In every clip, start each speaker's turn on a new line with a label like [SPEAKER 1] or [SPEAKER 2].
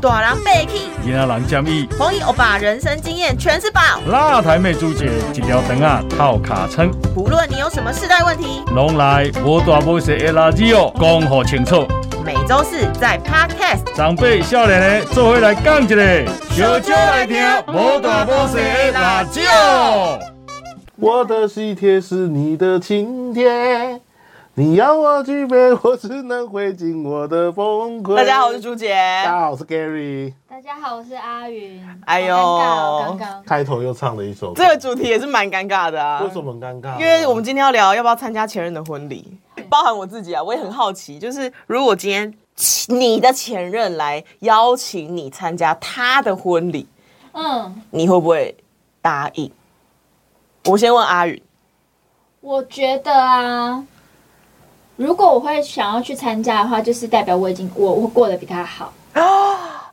[SPEAKER 1] 大人被气，
[SPEAKER 2] 囡仔人建议，
[SPEAKER 1] 黄奕欧巴人生经验全是宝。
[SPEAKER 2] 辣台妹主姐一条肠啊套卡称，
[SPEAKER 1] 不论你有什么世代问题，
[SPEAKER 2] 拢来无大无小的垃圾哦，讲好清楚。
[SPEAKER 1] 每周四在 Podcast
[SPEAKER 2] 长辈少年的做伙来讲一个，
[SPEAKER 1] 小酒来听无大无小的辣椒。
[SPEAKER 3] 我的喜帖是你的请帖，你要我举杯，我只能会尽我的崩溃。
[SPEAKER 1] 大家好，我是朱杰。
[SPEAKER 3] 大家好，我是 Gary。
[SPEAKER 4] 大家好，我是阿云。
[SPEAKER 1] 哎呦
[SPEAKER 4] 好尴尬哦，刚刚
[SPEAKER 3] 开头又唱了一首歌，
[SPEAKER 1] 这个主题也是蛮尴尬的啊，
[SPEAKER 3] 为什？么很尴尬？
[SPEAKER 1] 因为我们今天要聊要不要参加前任的婚礼，包含我自己啊，我也很好奇，就是如果今天你的前任来邀请你参加他的婚礼，
[SPEAKER 4] 嗯，
[SPEAKER 1] 你会不会答应？我先问阿宇，
[SPEAKER 4] 我觉得啊，如果我会想要去参加的话，就是代表我已经我我过得比他好，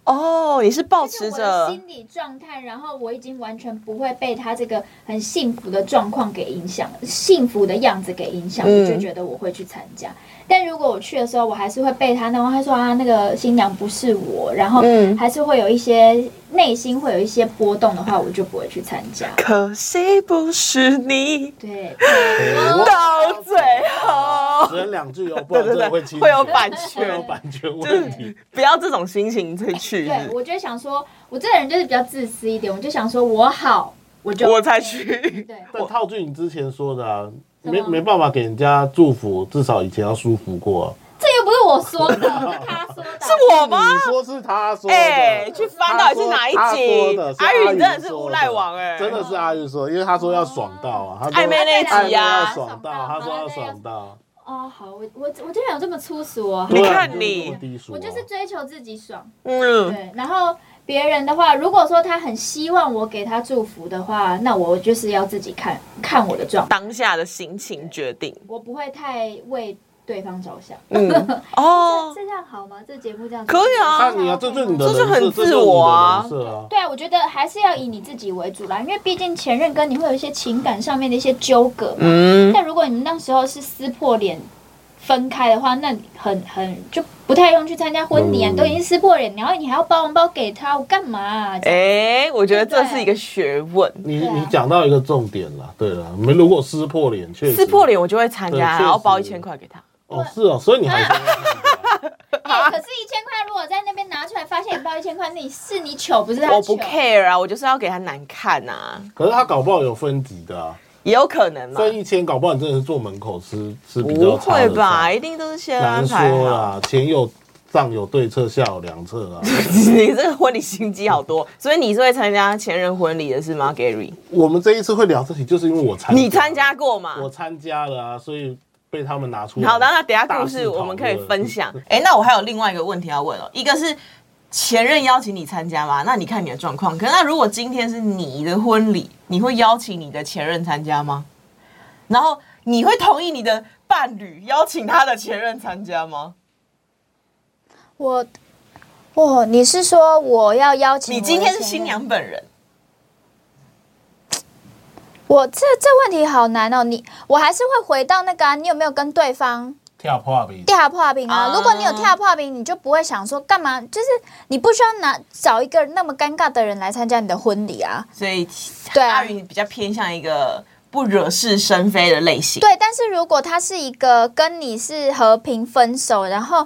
[SPEAKER 1] 哦，你是保
[SPEAKER 4] 就是
[SPEAKER 1] 持
[SPEAKER 4] 我的
[SPEAKER 1] 着
[SPEAKER 4] 心理状态，然后我已经完全不会被他这个很幸福的状况给影响，幸福的样子给影响，
[SPEAKER 1] 嗯
[SPEAKER 4] 我就觉得我会去参加。但如果我去的时候，我还是会被他那种，他说啊，那个新娘不是我，然后
[SPEAKER 1] 嗯
[SPEAKER 4] 还是会有一些内心会有一些波动的话，我就不会去参加。
[SPEAKER 1] 可惜不是你
[SPEAKER 4] 对，
[SPEAKER 3] 哎我
[SPEAKER 1] 到最后，
[SPEAKER 3] 只能两句哦，不然真的会侵
[SPEAKER 1] 会有
[SPEAKER 3] 权
[SPEAKER 1] 版
[SPEAKER 3] 会有
[SPEAKER 1] 权，
[SPEAKER 3] 版权问题。
[SPEAKER 1] 不要这种心情再去，
[SPEAKER 4] 对，我就想说，我这个人就是比较自私一点，我就想说我好，我就
[SPEAKER 1] 我才去。
[SPEAKER 4] 对，
[SPEAKER 3] 但套句你之前说的啊，
[SPEAKER 4] 什
[SPEAKER 3] 没
[SPEAKER 4] 么
[SPEAKER 3] 没办法给人家祝福，至少以前要舒服过啊。
[SPEAKER 4] 这又不是我 说的，是他说的，
[SPEAKER 1] 是我吗？
[SPEAKER 3] 你说是他说的，
[SPEAKER 1] 哎、去翻到底是哪一
[SPEAKER 3] 他说
[SPEAKER 1] 集
[SPEAKER 3] 的？是
[SPEAKER 1] 阿宇，你真的
[SPEAKER 3] 说
[SPEAKER 1] 是无赖王哎、
[SPEAKER 3] 真的是阿宇说，因为他说要爽到啊，他说
[SPEAKER 1] 暧昧那一集啊
[SPEAKER 3] 暧昧要爽到，他说要爽到，
[SPEAKER 4] 哦，好，我我我这人有这么粗俗哦，
[SPEAKER 1] 你
[SPEAKER 3] 对啊
[SPEAKER 1] 看
[SPEAKER 3] 就是
[SPEAKER 1] 你
[SPEAKER 3] 这么低俗啊，
[SPEAKER 4] 我就是追求自己爽，
[SPEAKER 1] 嗯，
[SPEAKER 4] 对，然后。别人的话，如果说他很希望我给他祝福的话，那我就是要自己看看我的状态，
[SPEAKER 1] 当下的心情决定。
[SPEAKER 4] 我不会太为对方着想。
[SPEAKER 1] 嗯，哦，
[SPEAKER 4] 这这样好吗？这节目这样
[SPEAKER 1] 可以啊
[SPEAKER 3] 看你啊，这就是你的
[SPEAKER 1] 这
[SPEAKER 3] 人
[SPEAKER 1] 是
[SPEAKER 3] 设，
[SPEAKER 1] 很
[SPEAKER 3] 是
[SPEAKER 1] 自我啊
[SPEAKER 3] 你的人设啊，
[SPEAKER 4] 对啊，我觉得还是要以你自己为主啦，因为毕竟前任跟你会有一些情感上面的一些纠葛嘛。
[SPEAKER 1] 嗯，
[SPEAKER 4] 但如果你们那时候是撕破脸分开的话，那很很就不太用去参加婚礼啊，
[SPEAKER 3] 嗯
[SPEAKER 4] 你都已经撕破脸，然后你还要包红包给他，我干嘛、啊？
[SPEAKER 1] 哎、我觉得这是一个学问。
[SPEAKER 3] 你
[SPEAKER 4] 对啊
[SPEAKER 3] 你讲到一个重点了，对了，你们如果撕破脸，确实
[SPEAKER 1] 撕破脸我就会参
[SPEAKER 3] 对
[SPEAKER 1] 加，
[SPEAKER 3] 确
[SPEAKER 1] 然后包一
[SPEAKER 3] 实
[SPEAKER 1] 千块给他。
[SPEAKER 3] 哦，是哦，所以你还是
[SPEAKER 1] 啊
[SPEAKER 4] 哎可是，一千块如果在那边拿出来，发现你包一千块，那你是你糗，不是他糗。
[SPEAKER 1] 我不 care 啊，我就是要给他难看啊，
[SPEAKER 3] 可是他搞不好有分级的啊，
[SPEAKER 1] 也有可能嘛。
[SPEAKER 3] 分一千，搞不好你真的是坐门口吃吃比较
[SPEAKER 1] 不
[SPEAKER 3] 差
[SPEAKER 1] 会
[SPEAKER 3] 的
[SPEAKER 1] 吧？
[SPEAKER 3] 菜？
[SPEAKER 1] 一定都是先安
[SPEAKER 3] 难
[SPEAKER 1] 排
[SPEAKER 3] 说
[SPEAKER 1] 好。
[SPEAKER 3] 啦，前有上有对策，下有良策啊。
[SPEAKER 1] 你这个婚礼心机好多，所以你是会参加前任婚礼的是吗，Gary？
[SPEAKER 3] 我们这一次会聊这题，就是因为我参
[SPEAKER 1] 你参加过吗？
[SPEAKER 3] 哎我参加了啊，所以被他们拿出来。
[SPEAKER 1] 好的，那等一下
[SPEAKER 3] 大
[SPEAKER 1] 故
[SPEAKER 3] 肆
[SPEAKER 1] 事我
[SPEAKER 3] 讨
[SPEAKER 1] 们可以
[SPEAKER 3] 论
[SPEAKER 1] 分享。哎、那我还有另外一个问题要问哦，一个是前任邀请你参加嘛，那你看你的状况。可是那如果今天是你的婚礼，你会邀请你的前任参加吗？然后你会同意你的伴侣邀请他的前任参加吗？
[SPEAKER 5] 我，哦，你是说我要邀请
[SPEAKER 1] 你
[SPEAKER 5] 我的
[SPEAKER 1] 今天是
[SPEAKER 5] 前
[SPEAKER 1] 新
[SPEAKER 5] 任？
[SPEAKER 1] 娘本人，
[SPEAKER 5] 我这这问题好难哦。你我还是会回到那个、啊，你有没有跟对方
[SPEAKER 3] 跳破冰，
[SPEAKER 5] 跳破冰啊？
[SPEAKER 1] 啊
[SPEAKER 5] 如果你有跳破冰，你就不会想说干嘛，就是你不需要拿找一个那么尴尬的人来参加你的婚礼啊。
[SPEAKER 1] 所以
[SPEAKER 5] 对啊
[SPEAKER 1] 阿云比较偏向一个不惹是生非的类型。
[SPEAKER 5] 对，但是如果他是一个跟你是和平分手，然后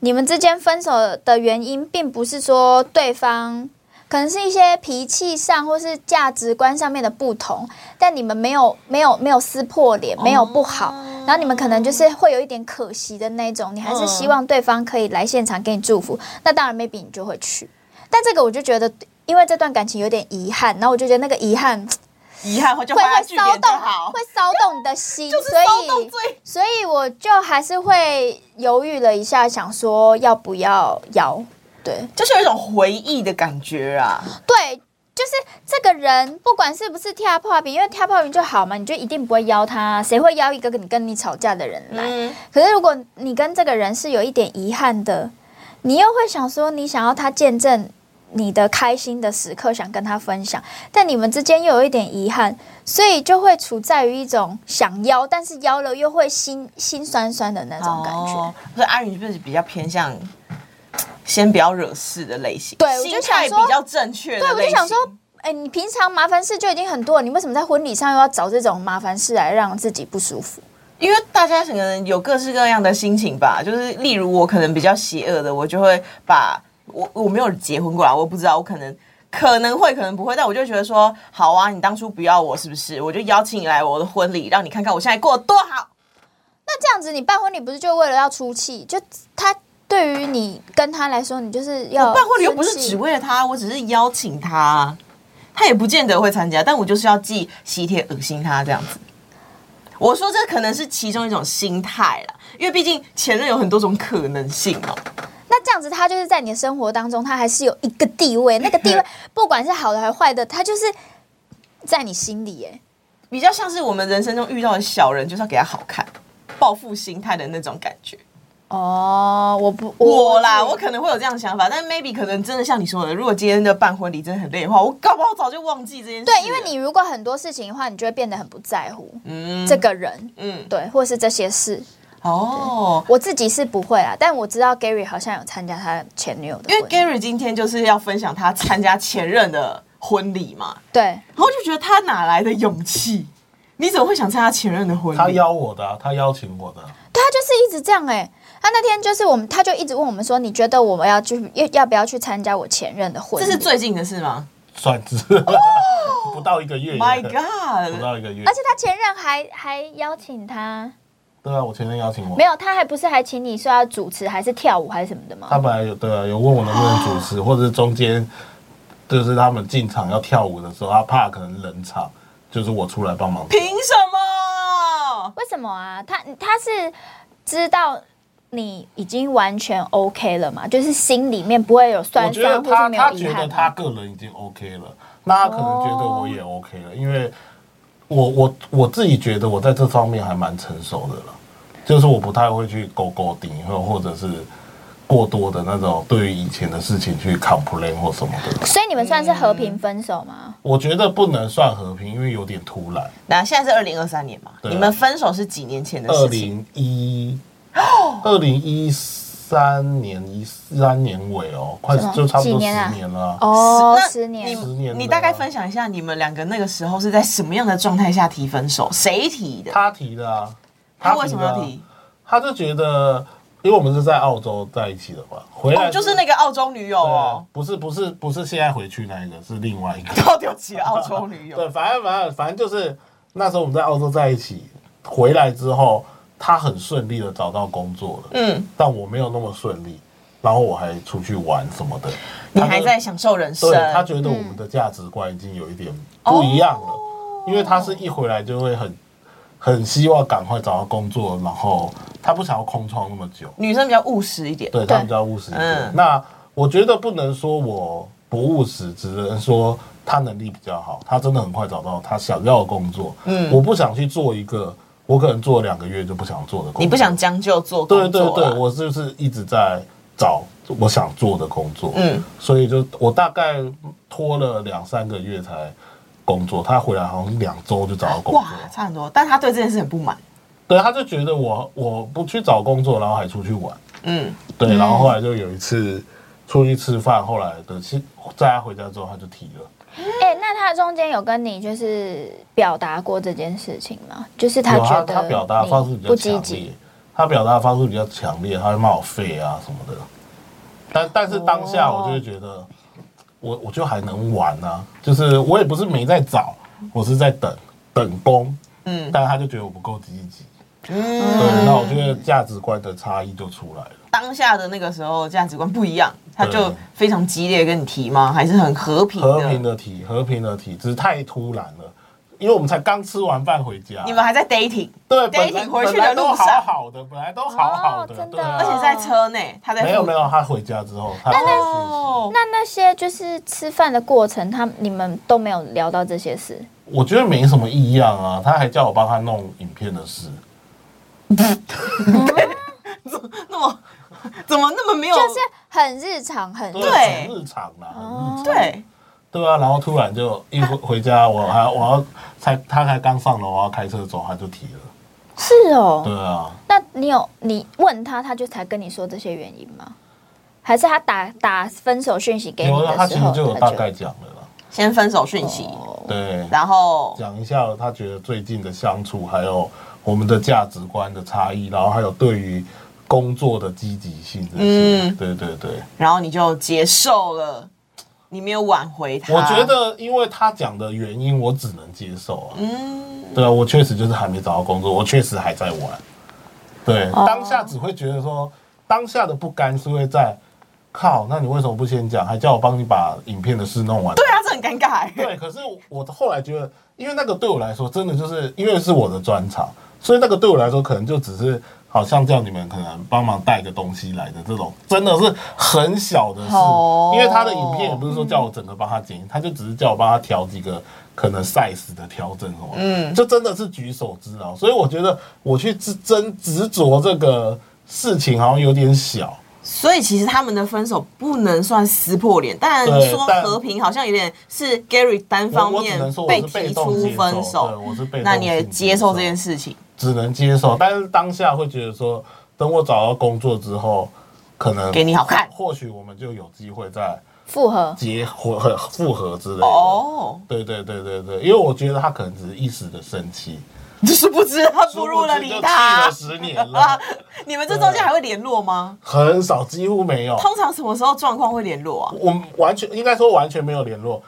[SPEAKER 5] 你们之间分手的原因，并不是说对方可能是一些脾气上或是价值观上面的不同，但你们没有没有没有撕破脸，
[SPEAKER 1] 哦
[SPEAKER 5] 没有不好。然后你们可能就是会有一点可惜的那种，你还是希望对方可以来现场给你祝福，那当然 maybe 你就会去。但这个我就觉得，因为这段感情有点遗憾，然后我就觉得那个遗憾
[SPEAKER 1] 遗憾，我就
[SPEAKER 5] 会
[SPEAKER 1] 换
[SPEAKER 5] 会
[SPEAKER 1] 剧
[SPEAKER 5] 骚
[SPEAKER 1] 点就
[SPEAKER 5] 动
[SPEAKER 1] 好，，
[SPEAKER 5] 会骚动你的 心，
[SPEAKER 1] 就是
[SPEAKER 5] 所以
[SPEAKER 1] 骚动最
[SPEAKER 5] 所以我就还是会犹豫了一下，想说要不要邀。对
[SPEAKER 1] 就是有一种回忆的感觉啊。
[SPEAKER 5] 对，就是这个人，不管是不是跳炮饼，因为跳炮饼就好嘛，你就一定不会邀他，谁会邀一个跟你跟你吵架的人来？
[SPEAKER 1] 嗯，
[SPEAKER 5] 可是如果你跟这个人是有一点遗憾的，你又会想说你想要他见证你的开心的时刻，想跟他分享，但你们之间又有一点遗憾，所以就会处在于一种想邀，但是邀了
[SPEAKER 1] 哦
[SPEAKER 5] 又会心心酸酸的那种感觉。
[SPEAKER 1] 哦所以阿云是不是比较偏向先不要惹事的类型，
[SPEAKER 5] 对我就
[SPEAKER 1] 心态比
[SPEAKER 5] 想说
[SPEAKER 1] 较正确
[SPEAKER 5] 对，
[SPEAKER 1] 的
[SPEAKER 5] 我就
[SPEAKER 1] 类
[SPEAKER 5] 想说
[SPEAKER 1] 型。，
[SPEAKER 5] 哎、你平常麻烦事就已经很多了，你为什么在婚礼上又要找这种麻烦事来让自己不舒服？
[SPEAKER 1] 因为大家可能有各式各样的心情吧，就是例如我可能比较邪恶的，我就会把我我没有结婚过啊来，我不知道，我可能可能会可能不会，但我就觉得说，好啊，你当初不要我是不是？我就邀请你来我的婚礼，让你看看我现在过得多好。
[SPEAKER 5] 那这样子，你办婚礼不是就为了要出气？就他对于你跟他来说，你就是要
[SPEAKER 1] 我办婚礼又不是
[SPEAKER 5] 生气
[SPEAKER 1] 只为了他，我只是邀请他啊，他也不见得会参加，但我就是要寄喜帖恶心他这样子。我说这可能是其中一种心态啦，因为毕竟前任有很多种可能性哦嘛。
[SPEAKER 5] 那这样子，他就是在你的生活当中，他还是有一个地位，那 个地位不管是好的还是坏的，他就是在你心里耶。
[SPEAKER 1] 比较像是我们人生中遇到的小人，就是要给他好看，报复心态的那种感觉。
[SPEAKER 5] 哦，我不
[SPEAKER 1] 我啦，我可能会有这样的想法，但 maybe 可能真的像你说的，如果今天的办婚礼真的很累的话，我搞不好早就忘记这件事了。
[SPEAKER 5] 对，因为你如果很多事情的话，你就会变得很不在乎
[SPEAKER 1] 嗯
[SPEAKER 5] 这个人，
[SPEAKER 1] 嗯
[SPEAKER 5] 对，或是这些事。
[SPEAKER 1] 哦，
[SPEAKER 5] 我自己是不会啦，但我知道 Gary 好像有参加他前女友的
[SPEAKER 1] 因
[SPEAKER 5] 婚
[SPEAKER 1] 为 Gary
[SPEAKER 5] 礼，
[SPEAKER 1] 今天就是要分享他参加前任的婚礼嘛，
[SPEAKER 5] 对，
[SPEAKER 1] 然后就觉得他哪来的勇气？你怎么会想参加前任的婚
[SPEAKER 3] 他
[SPEAKER 1] 礼？
[SPEAKER 3] 邀我的、啊，他邀请我的啊、
[SPEAKER 5] 对他就是一直这样哎、他那天就是我们，他就一直问我们说，你觉得我们要去要要不要去参加我前任的婚
[SPEAKER 1] 这
[SPEAKER 5] 礼？
[SPEAKER 1] 是最近的事吗
[SPEAKER 3] 算是 不到一个月
[SPEAKER 1] 哦？My
[SPEAKER 3] 不
[SPEAKER 1] God！
[SPEAKER 3] 到一个月
[SPEAKER 5] 而。且他前任还还邀请他，
[SPEAKER 3] 对啊，我前任邀请我
[SPEAKER 5] 没，有，他还不是还请你说要主持还是跳舞还是什么的吗？
[SPEAKER 3] 他本来有对啊，有问我能不能主持，或者是中间就是他们进场要跳舞的时候，他怕可能冷场，就是我出来帮忙。
[SPEAKER 1] 凭什么？
[SPEAKER 5] 为什么啊？他他是知道你已经完全 OK 了嘛？就是心里面不会有
[SPEAKER 3] 我
[SPEAKER 5] 酸
[SPEAKER 3] 觉得
[SPEAKER 5] 酸或
[SPEAKER 3] 他
[SPEAKER 5] 是没有
[SPEAKER 3] 他
[SPEAKER 5] 遗
[SPEAKER 3] 觉
[SPEAKER 5] 憾
[SPEAKER 3] 得
[SPEAKER 5] 吗
[SPEAKER 3] 他个人已经 OK 了，那他可能觉得我也
[SPEAKER 5] 哦
[SPEAKER 3] OK 了，因为我我我自己觉得我在这方面还蛮成熟的了，就是我不太会去勾勾顶，或或者是过多的那种对于以前的事情去 complain 或什么的。
[SPEAKER 5] 所以你们算是和平分手吗？
[SPEAKER 3] 我觉得不能算和平，因为有点突然。
[SPEAKER 1] 那现在是二零二三年嘛？
[SPEAKER 3] 对啊
[SPEAKER 1] 你们分手是几年前的
[SPEAKER 3] 二
[SPEAKER 1] 事情？
[SPEAKER 3] 零一二零一三年一三年尾哦，快
[SPEAKER 5] 什么
[SPEAKER 3] 就差不多
[SPEAKER 5] 几年啊
[SPEAKER 3] 十年了啊。
[SPEAKER 5] 哦，
[SPEAKER 1] 那
[SPEAKER 5] 十年
[SPEAKER 1] 你
[SPEAKER 3] 十年了
[SPEAKER 1] 你大概分享一下你们两个那个时候是在什么样的状态下提分手？谁提的？
[SPEAKER 3] 他提的啊，
[SPEAKER 1] 他
[SPEAKER 3] 提
[SPEAKER 1] 为什么
[SPEAKER 3] 的啊
[SPEAKER 1] 要提？
[SPEAKER 3] 他就觉得，因为我们是在澳洲在一起的嘛，回来、
[SPEAKER 1] 哦，就是那个澳洲女友
[SPEAKER 3] 对
[SPEAKER 1] 哦，
[SPEAKER 3] 不是不是不是现在回去那一个，是另外一个。
[SPEAKER 1] 到底有几个澳洲女
[SPEAKER 3] 对，
[SPEAKER 1] 友？
[SPEAKER 3] 反正反正反正就是那时候我们在澳洲在一起，回来之后他很顺利的找到工作了，
[SPEAKER 1] 嗯，
[SPEAKER 3] 但我没有那么顺利，然后我还出去玩什么的。
[SPEAKER 1] 你
[SPEAKER 3] 他
[SPEAKER 1] 还
[SPEAKER 3] 就
[SPEAKER 1] 在享受人生
[SPEAKER 3] 对，他觉得我们的价值观已经有一点
[SPEAKER 1] 嗯
[SPEAKER 3] 不一样了，
[SPEAKER 1] 哦
[SPEAKER 3] 因为他是一回来就会很很希望赶快找到工作，然后他不想要空窗那么久，
[SPEAKER 1] 女生比较务实一点。
[SPEAKER 3] 对他比较务实一点
[SPEAKER 1] 嗯。
[SPEAKER 3] 那我觉得不能说我不务实，只能说他能力比较好，他真的很快找到他想要的工作。
[SPEAKER 1] 嗯
[SPEAKER 3] 我不想去做一个我可能做两个月就不想做的工作，
[SPEAKER 1] 你不想将就做工
[SPEAKER 3] 对对
[SPEAKER 1] 作
[SPEAKER 3] 对
[SPEAKER 1] 啦，
[SPEAKER 3] 我就是一直在找我想做的工作，
[SPEAKER 1] 嗯，
[SPEAKER 3] 所以就我大概拖了两三个月才工作，他回来好像两周就找到工作
[SPEAKER 1] 哇，，差很多。但他对这件事很不满。
[SPEAKER 3] 对，他就觉得我我不去找工作，然后还出去玩，
[SPEAKER 1] 嗯，
[SPEAKER 3] 对，然后后来就有一次出去吃饭，后来的其在他回家之后他就提了，
[SPEAKER 5] 哎、那他中间有跟你就是表达过这件事情吗？就是他
[SPEAKER 3] 有
[SPEAKER 5] 觉
[SPEAKER 3] 他
[SPEAKER 5] 得
[SPEAKER 3] 他表达的方式
[SPEAKER 5] 你
[SPEAKER 3] 比较
[SPEAKER 5] 不积
[SPEAKER 3] 强
[SPEAKER 5] 极
[SPEAKER 3] 烈，，他表达的方式比较强烈，他会骂我废啊什么的。但但是当下我就会觉
[SPEAKER 5] 哦
[SPEAKER 3] 得，我我就还能玩啊，就是我也不是没在找，我是在等等工，
[SPEAKER 1] 嗯
[SPEAKER 3] 但他就觉得我不够积极，对，
[SPEAKER 1] 嗯，
[SPEAKER 3] 那我觉得价值观的差异就出来了。
[SPEAKER 1] 当下的那个时候价值观不一样，他就
[SPEAKER 3] 对
[SPEAKER 1] 非常激烈跟你提吗？还是很和
[SPEAKER 5] 嗯
[SPEAKER 1] 平
[SPEAKER 3] 和平
[SPEAKER 1] 的？
[SPEAKER 3] 的提，和平的提，只是太突然了，因为我们才刚吃完饭回家，
[SPEAKER 1] 你们还在 dating，
[SPEAKER 3] 对
[SPEAKER 1] dating
[SPEAKER 3] 本来
[SPEAKER 1] 回去的
[SPEAKER 3] 本来都
[SPEAKER 1] 路
[SPEAKER 3] 好
[SPEAKER 1] 上
[SPEAKER 3] 好的，本来都好好
[SPEAKER 5] 哦
[SPEAKER 3] 的，
[SPEAKER 5] 真的
[SPEAKER 3] 对啊
[SPEAKER 1] 而且在车内，他在
[SPEAKER 3] 没有
[SPEAKER 1] 附
[SPEAKER 3] 没有，啊他回家之后，他发信息
[SPEAKER 1] 哦，
[SPEAKER 5] 那那些就是吃饭的过程，他你们都没有聊到这些事，
[SPEAKER 3] 我觉得没什么异样啊，他还叫我帮他弄影片的事，
[SPEAKER 1] 那么 怎么那么没有？
[SPEAKER 5] 就是很日常，很日
[SPEAKER 3] 对，
[SPEAKER 5] 常
[SPEAKER 1] 对
[SPEAKER 3] 很日常啦，很日常，
[SPEAKER 1] 对，
[SPEAKER 3] 对啊，然后突然就一回回家，我还我要才他才刚上楼，我要开车走，他就提了，
[SPEAKER 5] 是哦。
[SPEAKER 3] 对啊，
[SPEAKER 5] 那你有你问他，他就才跟你说这些原因吗？还是他打打分手讯息给你
[SPEAKER 3] 有了，
[SPEAKER 5] 的
[SPEAKER 3] 他
[SPEAKER 5] 时
[SPEAKER 3] 其
[SPEAKER 5] 候，
[SPEAKER 3] 实就有大概讲了啦。
[SPEAKER 1] 先分手讯息，
[SPEAKER 3] 对，
[SPEAKER 1] 然后
[SPEAKER 3] 讲一下他觉得最近的相处，还有我们的价值观的差异，然后还有对于工作的积极性这些。
[SPEAKER 1] 嗯
[SPEAKER 3] 对对对，
[SPEAKER 1] 然后你就接受了，你没有挽回他。
[SPEAKER 3] 我觉，得因为他讲的原因，我只能接受啊。
[SPEAKER 1] 嗯，
[SPEAKER 3] 对啊，我确实就是还没找到工作，我确实还在玩。对，
[SPEAKER 1] 哦
[SPEAKER 3] 当下只会觉得说，当下的不甘是会在靠，那你为什么不先讲，还叫我帮你把影片的事弄完？对
[SPEAKER 1] 对啊，这很尴尬欸。
[SPEAKER 3] 对，可是我后来觉得，因为那个对我来说，真的就是因为是我的专长，所以那个对我来说，可能就只是好像叫你们可能帮忙带个东西来的这种，真的是很小的事。
[SPEAKER 1] 哦
[SPEAKER 3] 因为他的影片也不是说叫我整个帮他剪，他就只是叫我帮他调几个可能 size 的调整什么，嗯，就真的是举手之劳。所以我觉得我去执真执着这个事情，好像有点小。
[SPEAKER 1] 所以其实他们的分手不能算撕破脸，但
[SPEAKER 3] 对
[SPEAKER 1] 说
[SPEAKER 3] 但
[SPEAKER 1] 和平好像有点是 Gary 单方
[SPEAKER 3] 我我只
[SPEAKER 1] 面
[SPEAKER 3] 能说我
[SPEAKER 1] 被
[SPEAKER 3] 是被
[SPEAKER 1] 提
[SPEAKER 3] 动
[SPEAKER 1] 出
[SPEAKER 3] 接受
[SPEAKER 1] 分
[SPEAKER 3] 对
[SPEAKER 1] 手，
[SPEAKER 3] 我是被动
[SPEAKER 1] 那你也
[SPEAKER 3] 性
[SPEAKER 1] 接受这件
[SPEAKER 3] 事。
[SPEAKER 1] 事情。
[SPEAKER 3] 只能接受，但是当下会觉得说，等我找到工作之后，可能
[SPEAKER 1] 给你好看
[SPEAKER 3] 或许我们就有机会再
[SPEAKER 5] 复合
[SPEAKER 3] 结婚、和复合之类的。
[SPEAKER 1] 哦，
[SPEAKER 3] 对对对对对，因为我觉得他可能只是一时的生气，
[SPEAKER 1] 就是不知他步入了
[SPEAKER 3] 殊不知
[SPEAKER 1] 礼
[SPEAKER 3] 就
[SPEAKER 1] 堂
[SPEAKER 3] 气了十年了，
[SPEAKER 1] 你们这中间还会联络吗？
[SPEAKER 3] 很少，几乎没有。
[SPEAKER 1] 通常什么时候状况会联络啊？
[SPEAKER 3] 我们完全应该说完全没有联络，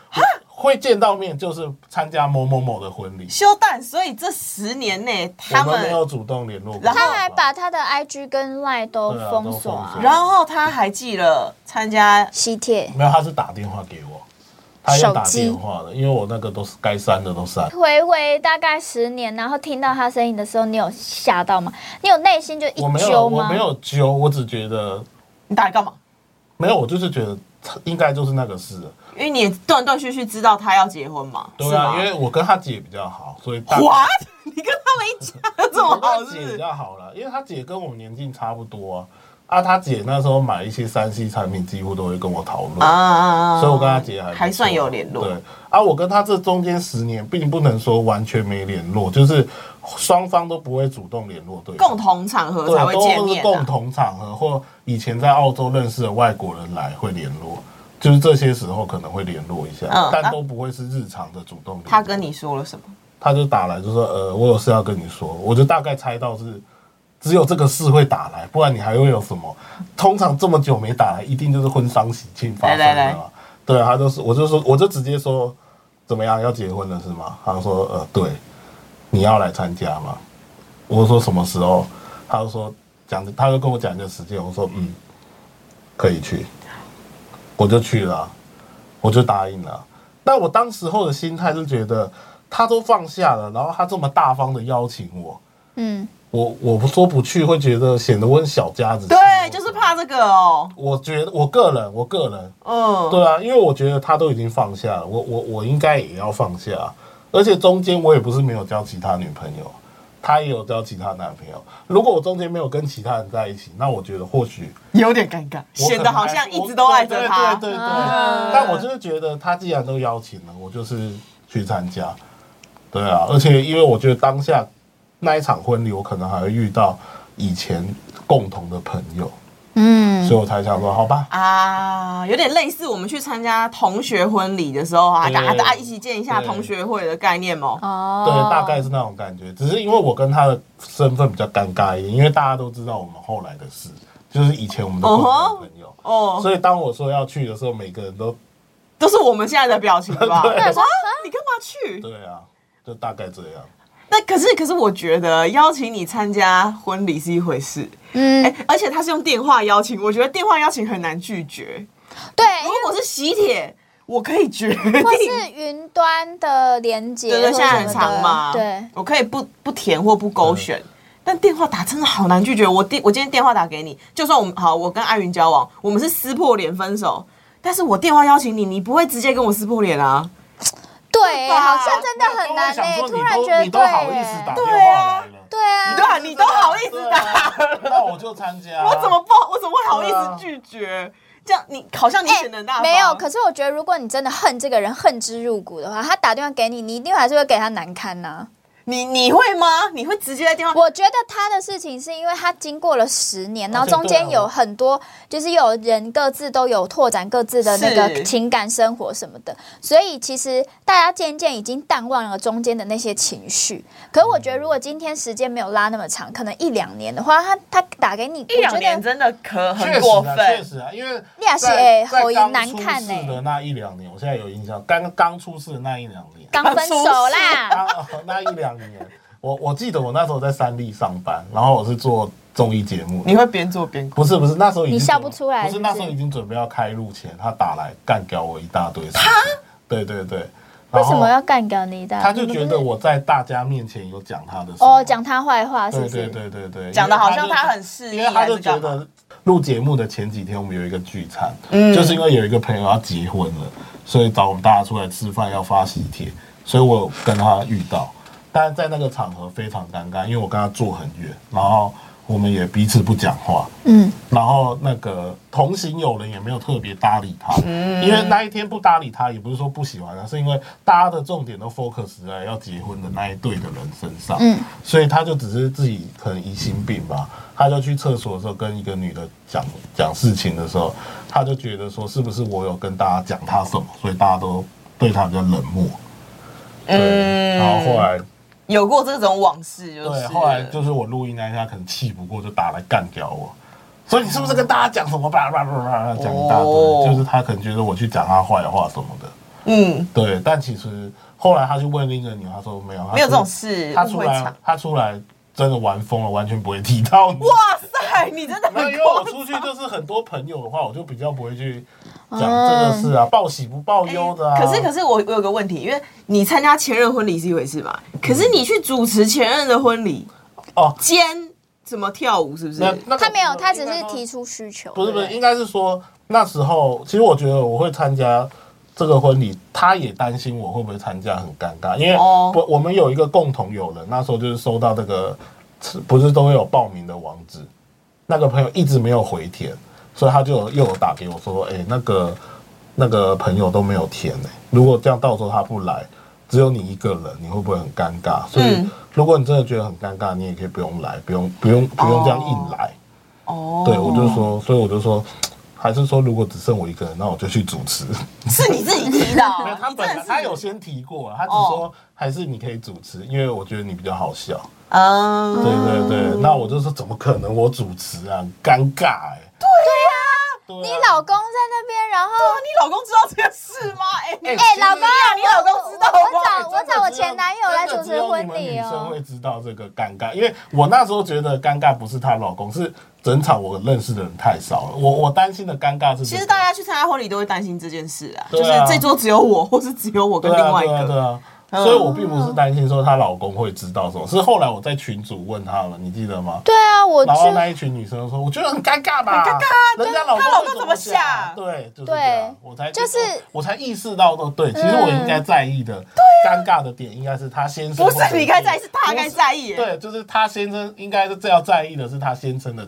[SPEAKER 3] 会见到面就是参加某某某的婚礼，
[SPEAKER 1] 修蛋，所以这十年内他
[SPEAKER 3] 我们
[SPEAKER 1] 们
[SPEAKER 3] 没，有主动联络过。
[SPEAKER 1] 然后
[SPEAKER 5] 他还把他的 IG 跟 Line 都
[SPEAKER 3] 对啊
[SPEAKER 5] 封锁
[SPEAKER 3] 都封
[SPEAKER 5] 啊
[SPEAKER 3] 锁，
[SPEAKER 1] 然后他还寄了参加
[SPEAKER 5] 吸铁
[SPEAKER 3] 没有，他是打电话给我，他用打
[SPEAKER 5] 手机
[SPEAKER 3] 电话的，因为我那个都是该删的都删。
[SPEAKER 5] 回回大概十年，然后听到他声音的时候，你有吓到吗？你有内心就一
[SPEAKER 3] 我没有，
[SPEAKER 5] 揪
[SPEAKER 3] 我
[SPEAKER 5] 吗？
[SPEAKER 3] 没有揪，我只觉得
[SPEAKER 1] 你打来干嘛？
[SPEAKER 3] 没有，我就是觉得应该就是那个事了。
[SPEAKER 1] 因为你也断断续续知道他要结婚嘛，
[SPEAKER 3] 对
[SPEAKER 1] 是
[SPEAKER 3] 啊，
[SPEAKER 1] 吗？
[SPEAKER 3] 因为我跟他姐比较好，所以大
[SPEAKER 1] What？你 跟他们一家这
[SPEAKER 3] 我
[SPEAKER 1] 么
[SPEAKER 3] 跟
[SPEAKER 1] 好
[SPEAKER 3] 他姐比
[SPEAKER 1] 是？
[SPEAKER 3] 较好了，因为他姐跟我年纪差不多啊。啊，他姐那时候买一些三 C 产品，几乎都会跟我讨论，
[SPEAKER 1] 啊
[SPEAKER 3] 所以我跟他姐还不错啊
[SPEAKER 1] 还算有联络
[SPEAKER 3] 对，啊，我跟他这中间十年，并不能说完全没联络，就是双方都不会主动联络对方，
[SPEAKER 1] 共同场合
[SPEAKER 3] 对
[SPEAKER 1] 才会见
[SPEAKER 3] 都是
[SPEAKER 1] 面、
[SPEAKER 3] 共
[SPEAKER 1] 啊。
[SPEAKER 3] 同场合或以前在澳洲认识的外国人来会联络，就是这些时候可能会联络一下，
[SPEAKER 1] 嗯
[SPEAKER 3] 但都不会是日常的主动联络。
[SPEAKER 1] 他跟你说了什么？
[SPEAKER 3] 他就打来就说呃，我有事要跟你说，我就大概猜到是只有这个事会打来，不然你还会有什么？通常这么久没打来，一定就是婚丧喜庆发生的
[SPEAKER 1] 来来来
[SPEAKER 3] 嘛。对，啊他就说，我就说，我就直接说怎么样要结婚了是吗？他就说呃，对，你要来参加吗？我说什么时候？他就说讲，他就跟我讲一个时间，我说嗯，可以去，我就去了啊、我就答应了。啊但我当时候的心态是觉得，他都放下了，然后他这么大方的邀请我，
[SPEAKER 5] 嗯，
[SPEAKER 3] 我我不说不去，会觉得显得我很小家子气。
[SPEAKER 1] 对，就是怕这个哦。
[SPEAKER 3] 我觉得我个人，我个人，
[SPEAKER 1] 嗯，
[SPEAKER 3] 对啊，因为我觉得他都已经放下了，我我我应该也要放下，啊而且中间我也不是没有交其他女朋友，他也有交其他男朋友。如果我中间没有跟其他人在一起，那我觉得或许
[SPEAKER 1] 有点尴尬，
[SPEAKER 3] 我可能
[SPEAKER 1] 显得好
[SPEAKER 3] 还
[SPEAKER 1] 像一
[SPEAKER 3] 我
[SPEAKER 1] 直都爱着
[SPEAKER 3] 对
[SPEAKER 1] 他。
[SPEAKER 3] 对对对对
[SPEAKER 5] 啊
[SPEAKER 3] 但我就是觉得他既然都邀请了，我就是去参加。对啊，而且因为我觉得当下那一场婚礼，我可能还会遇到以前共同的朋友，
[SPEAKER 5] 嗯
[SPEAKER 3] 所以我才想说，好吧，
[SPEAKER 1] 啊，有点类似我们去参加同学婚礼的时候啊，
[SPEAKER 3] 对
[SPEAKER 1] 大家大家一起见一下
[SPEAKER 3] 对
[SPEAKER 1] 同学会的概念哦。
[SPEAKER 5] 哦，
[SPEAKER 3] 对，大概是那种感觉。只是因为我跟他的身份比较尴尬一点，因为大家都知道我们后来的事，就是以前我们的共同朋友。
[SPEAKER 1] 哦，
[SPEAKER 3] 所以当我说要去的时候，每个人都
[SPEAKER 1] 都是我们现在的表情吧？
[SPEAKER 3] 对
[SPEAKER 5] 我说
[SPEAKER 1] 啊你干嘛去？
[SPEAKER 3] 对啊，就大概这样。
[SPEAKER 1] 那可是可是，我觉得邀请你参加婚礼是一回事，
[SPEAKER 5] 嗯
[SPEAKER 1] 哎、，而且他是用电话邀请，我觉得电话邀请很难拒绝。
[SPEAKER 5] 对，
[SPEAKER 1] 如果是喜帖，我可以决
[SPEAKER 5] 或
[SPEAKER 1] 定。
[SPEAKER 5] 是云端的连接，
[SPEAKER 1] 对对，
[SPEAKER 5] 或
[SPEAKER 1] 现在很
[SPEAKER 5] 者什么
[SPEAKER 1] 长
[SPEAKER 5] 的
[SPEAKER 1] 嘛，
[SPEAKER 5] 对，
[SPEAKER 1] 我可以不不填或不
[SPEAKER 3] 嗯
[SPEAKER 1] 勾选。但电话打真的好难拒绝。我电我今天电话打给你，就算我们好，我跟艾云交往，我们是撕破脸分手，但是我电话邀请你，你不会直接跟我撕破脸啊。
[SPEAKER 5] 对，
[SPEAKER 1] 吧
[SPEAKER 5] 好像真的很难
[SPEAKER 3] 想
[SPEAKER 5] 诶，
[SPEAKER 3] 说你
[SPEAKER 5] 突然
[SPEAKER 3] 都
[SPEAKER 5] 觉得
[SPEAKER 3] 你都
[SPEAKER 5] 对
[SPEAKER 3] 好意思
[SPEAKER 5] 耶
[SPEAKER 3] 打，电话来了，
[SPEAKER 5] 对啊，
[SPEAKER 1] 对啊，你都好意思打，
[SPEAKER 3] 对啊那我就参 加。
[SPEAKER 1] 我怎么不好，我怎么会好意思拒绝？这样你好像你
[SPEAKER 5] 哎
[SPEAKER 1] 显得很大方
[SPEAKER 5] 没有，可是我觉得，如果你真的恨这个人，恨之入骨的话，他打电话给你，你一定还是会给他难堪呐、
[SPEAKER 1] 你你会吗？你会直接在电话？
[SPEAKER 5] 我觉得他的事情是因为他经过了十年，然后中间
[SPEAKER 3] 啊
[SPEAKER 5] 有很多，就是有人各自都有拓展各自的那
[SPEAKER 1] 是
[SPEAKER 5] 个情感生活什么的，所以其实大家渐渐已经淡忘了中间的那些情绪。可是我觉得，如果今天时间没有拉那么长，可能一两年的话，他他打给你，
[SPEAKER 1] 一两年
[SPEAKER 5] 我觉得
[SPEAKER 1] 真的可
[SPEAKER 3] 确
[SPEAKER 1] 很
[SPEAKER 3] 实
[SPEAKER 1] 过
[SPEAKER 3] 啊，确
[SPEAKER 1] 分，
[SPEAKER 3] 实啊，因为
[SPEAKER 5] 你也是
[SPEAKER 3] 在
[SPEAKER 5] 会
[SPEAKER 3] 在
[SPEAKER 5] 哎好
[SPEAKER 3] 刚
[SPEAKER 5] 难
[SPEAKER 3] 出
[SPEAKER 5] 看
[SPEAKER 3] 事
[SPEAKER 5] 欸
[SPEAKER 3] 的那一两年，我现在有印象，刚刚出事的那一两年，
[SPEAKER 5] 刚分手啦，
[SPEAKER 3] 刚啊哦那一两年，我我记得我那时候在三立上班，然后我是做综艺节目的，
[SPEAKER 1] 你会边做边哭。
[SPEAKER 3] 不是不是那时候已经
[SPEAKER 5] 你笑不出来
[SPEAKER 3] 不是那时候
[SPEAKER 5] 是不是
[SPEAKER 3] 已经准备要开录前，他打来干掉我一大堆事情，对对对，
[SPEAKER 5] 为
[SPEAKER 3] 然
[SPEAKER 5] 什
[SPEAKER 3] 后
[SPEAKER 5] 么要干掉你的？
[SPEAKER 3] 他就
[SPEAKER 5] 你不
[SPEAKER 3] 觉
[SPEAKER 5] 是
[SPEAKER 3] 得我在大家面前有讲他的事
[SPEAKER 5] 哦，讲他坏话是
[SPEAKER 3] 对
[SPEAKER 5] 不是？
[SPEAKER 3] 对对对对，
[SPEAKER 1] 啊讲得好像他很
[SPEAKER 3] 是，
[SPEAKER 1] 势利
[SPEAKER 3] 因为他就觉
[SPEAKER 1] 还是干
[SPEAKER 3] 得录节目的前几天我们有一个聚餐，
[SPEAKER 1] 嗯
[SPEAKER 3] 就是因为有一个朋友要结婚了，所以找我们大家出来吃饭要发喜帖，所以我有跟他遇到，但是在那个场合非常尴尬，因为我跟他坐很远，然后我们也彼此不讲话，
[SPEAKER 5] 嗯，
[SPEAKER 3] 然后那个同行友人也没有特别搭理他，因为那一天不搭理他，也不是说不喜欢他，是因为大家的重点都 focus 在要结婚的那一对的人身上，
[SPEAKER 5] 嗯
[SPEAKER 3] 所以他就只是自己可能疑心病吧，他就去厕所的时候跟一个女的讲讲事情的时候，他就觉得说是不是我有跟大家讲他什么，所以大家都对他比较冷漠，对，
[SPEAKER 1] 嗯
[SPEAKER 3] 然后后来
[SPEAKER 1] 有过这种往事，就是
[SPEAKER 3] 对，后来就是我录音那一下，可能气不过就打来干掉我。所以你是不是跟大家讲什么吧吧吧吧吧讲一大堆？
[SPEAKER 1] 哦
[SPEAKER 3] 就是他可能觉得我去讲他坏话什么的。
[SPEAKER 1] 嗯，
[SPEAKER 3] 对，但其实后来他去问另一个女，他说没有，他出
[SPEAKER 1] 没有这种。事，
[SPEAKER 3] 啊他
[SPEAKER 1] 误
[SPEAKER 3] 出
[SPEAKER 1] 会
[SPEAKER 3] 来
[SPEAKER 1] 场。，
[SPEAKER 3] 他出来真的玩疯了，完全不会提到你。
[SPEAKER 1] 哇塞，你真的
[SPEAKER 3] 没有，因
[SPEAKER 1] 很
[SPEAKER 3] 为我
[SPEAKER 1] 狂，
[SPEAKER 3] 出去就是很多朋友的话，我就比较不会去讲这个事啊，报喜不报忧的啊。
[SPEAKER 1] 哦哎可是可是我我有个问题，因为你参加前任婚礼是一回事嘛，可是你去主持前任的婚礼
[SPEAKER 3] 嗯哦，
[SPEAKER 1] 兼什么跳舞是不是？
[SPEAKER 3] 那那个
[SPEAKER 5] 他没有，
[SPEAKER 3] 应该
[SPEAKER 5] 他只是
[SPEAKER 3] 说
[SPEAKER 5] 提出需求，
[SPEAKER 3] 不是不
[SPEAKER 5] 对
[SPEAKER 3] 是，
[SPEAKER 5] 对
[SPEAKER 3] 应该是说那时候，其实我觉得我会参加这个婚礼，他也担心我会不会参加很尴尬，因为
[SPEAKER 1] 哦
[SPEAKER 3] 我我们有一个共同友人，那时候就是收到这个，不是都会有报名的网址，那个朋友一直没有回填，所以他就有又有打给我说，哎、那个那个朋友都没有填呢、如果这样到时候他不来。只有你一个人，你会不会很尴尬？所以
[SPEAKER 1] 嗯，
[SPEAKER 3] 如果你真的觉得很尴尬，你也可以不用来，不用不用不用这样硬来。
[SPEAKER 1] 哦
[SPEAKER 3] 对，我就说，所以我就说，还是说如果只剩我一个人，那我就去主持。
[SPEAKER 1] 是你自己提的哦，
[SPEAKER 3] 他
[SPEAKER 1] 你
[SPEAKER 3] 本
[SPEAKER 1] 真
[SPEAKER 3] 来
[SPEAKER 1] 的
[SPEAKER 3] 他
[SPEAKER 1] 是
[SPEAKER 3] 有先提过，他只
[SPEAKER 5] 哦
[SPEAKER 3] 说还是你可以主持，因为我觉得你比较好笑。对
[SPEAKER 1] 嗯，
[SPEAKER 3] 对对，那我就说怎么可能我主持啊，尴尬哎。对啊，
[SPEAKER 5] 你老公在那边，然后
[SPEAKER 1] 你老公知道这件事吗？哎，你
[SPEAKER 5] 哎、老公，
[SPEAKER 1] 你老公知道吗
[SPEAKER 5] 我找我
[SPEAKER 3] 真的只
[SPEAKER 5] 找
[SPEAKER 3] 有
[SPEAKER 5] 我前男友来主持婚
[SPEAKER 3] 真的只有你们
[SPEAKER 5] 礼
[SPEAKER 3] 女生
[SPEAKER 5] 哦
[SPEAKER 3] 会。知道这个尴尬，因为我那时候觉得尴尬不是她老公，是整场我认识的人太少了。我我担心的尴尬是这
[SPEAKER 1] 其
[SPEAKER 3] 个，
[SPEAKER 1] 实大家去参加婚礼都会担心这件事啊，
[SPEAKER 3] 对
[SPEAKER 1] 就是
[SPEAKER 3] 啊
[SPEAKER 1] 这桌只有我，或是只有我跟
[SPEAKER 3] 对
[SPEAKER 1] 另
[SPEAKER 3] 啊，
[SPEAKER 1] 外一
[SPEAKER 3] 对啊，对
[SPEAKER 1] 个。嗯
[SPEAKER 3] 啊。所以我并不是担心说她老公会知道什么，是后来我在群主问她了，你记得吗？
[SPEAKER 5] 对啊，我就
[SPEAKER 3] 然后那一群女生说，我觉得很尴尬吧，很尴
[SPEAKER 1] 啊
[SPEAKER 3] 尬，人家老
[SPEAKER 1] 她老
[SPEAKER 3] 公
[SPEAKER 1] 公
[SPEAKER 3] 会
[SPEAKER 1] 怎
[SPEAKER 3] 么
[SPEAKER 1] 么想
[SPEAKER 3] 对，就是这样
[SPEAKER 5] 对
[SPEAKER 3] 我才
[SPEAKER 5] 就是
[SPEAKER 3] 我才意识到说，
[SPEAKER 1] 嗯
[SPEAKER 3] 对，其实我应该在意的尴尬的点应该是她先生，
[SPEAKER 1] 啊不是你该在意，是他该在意。
[SPEAKER 3] 对，就是她先生应该是最要在意的是她先生的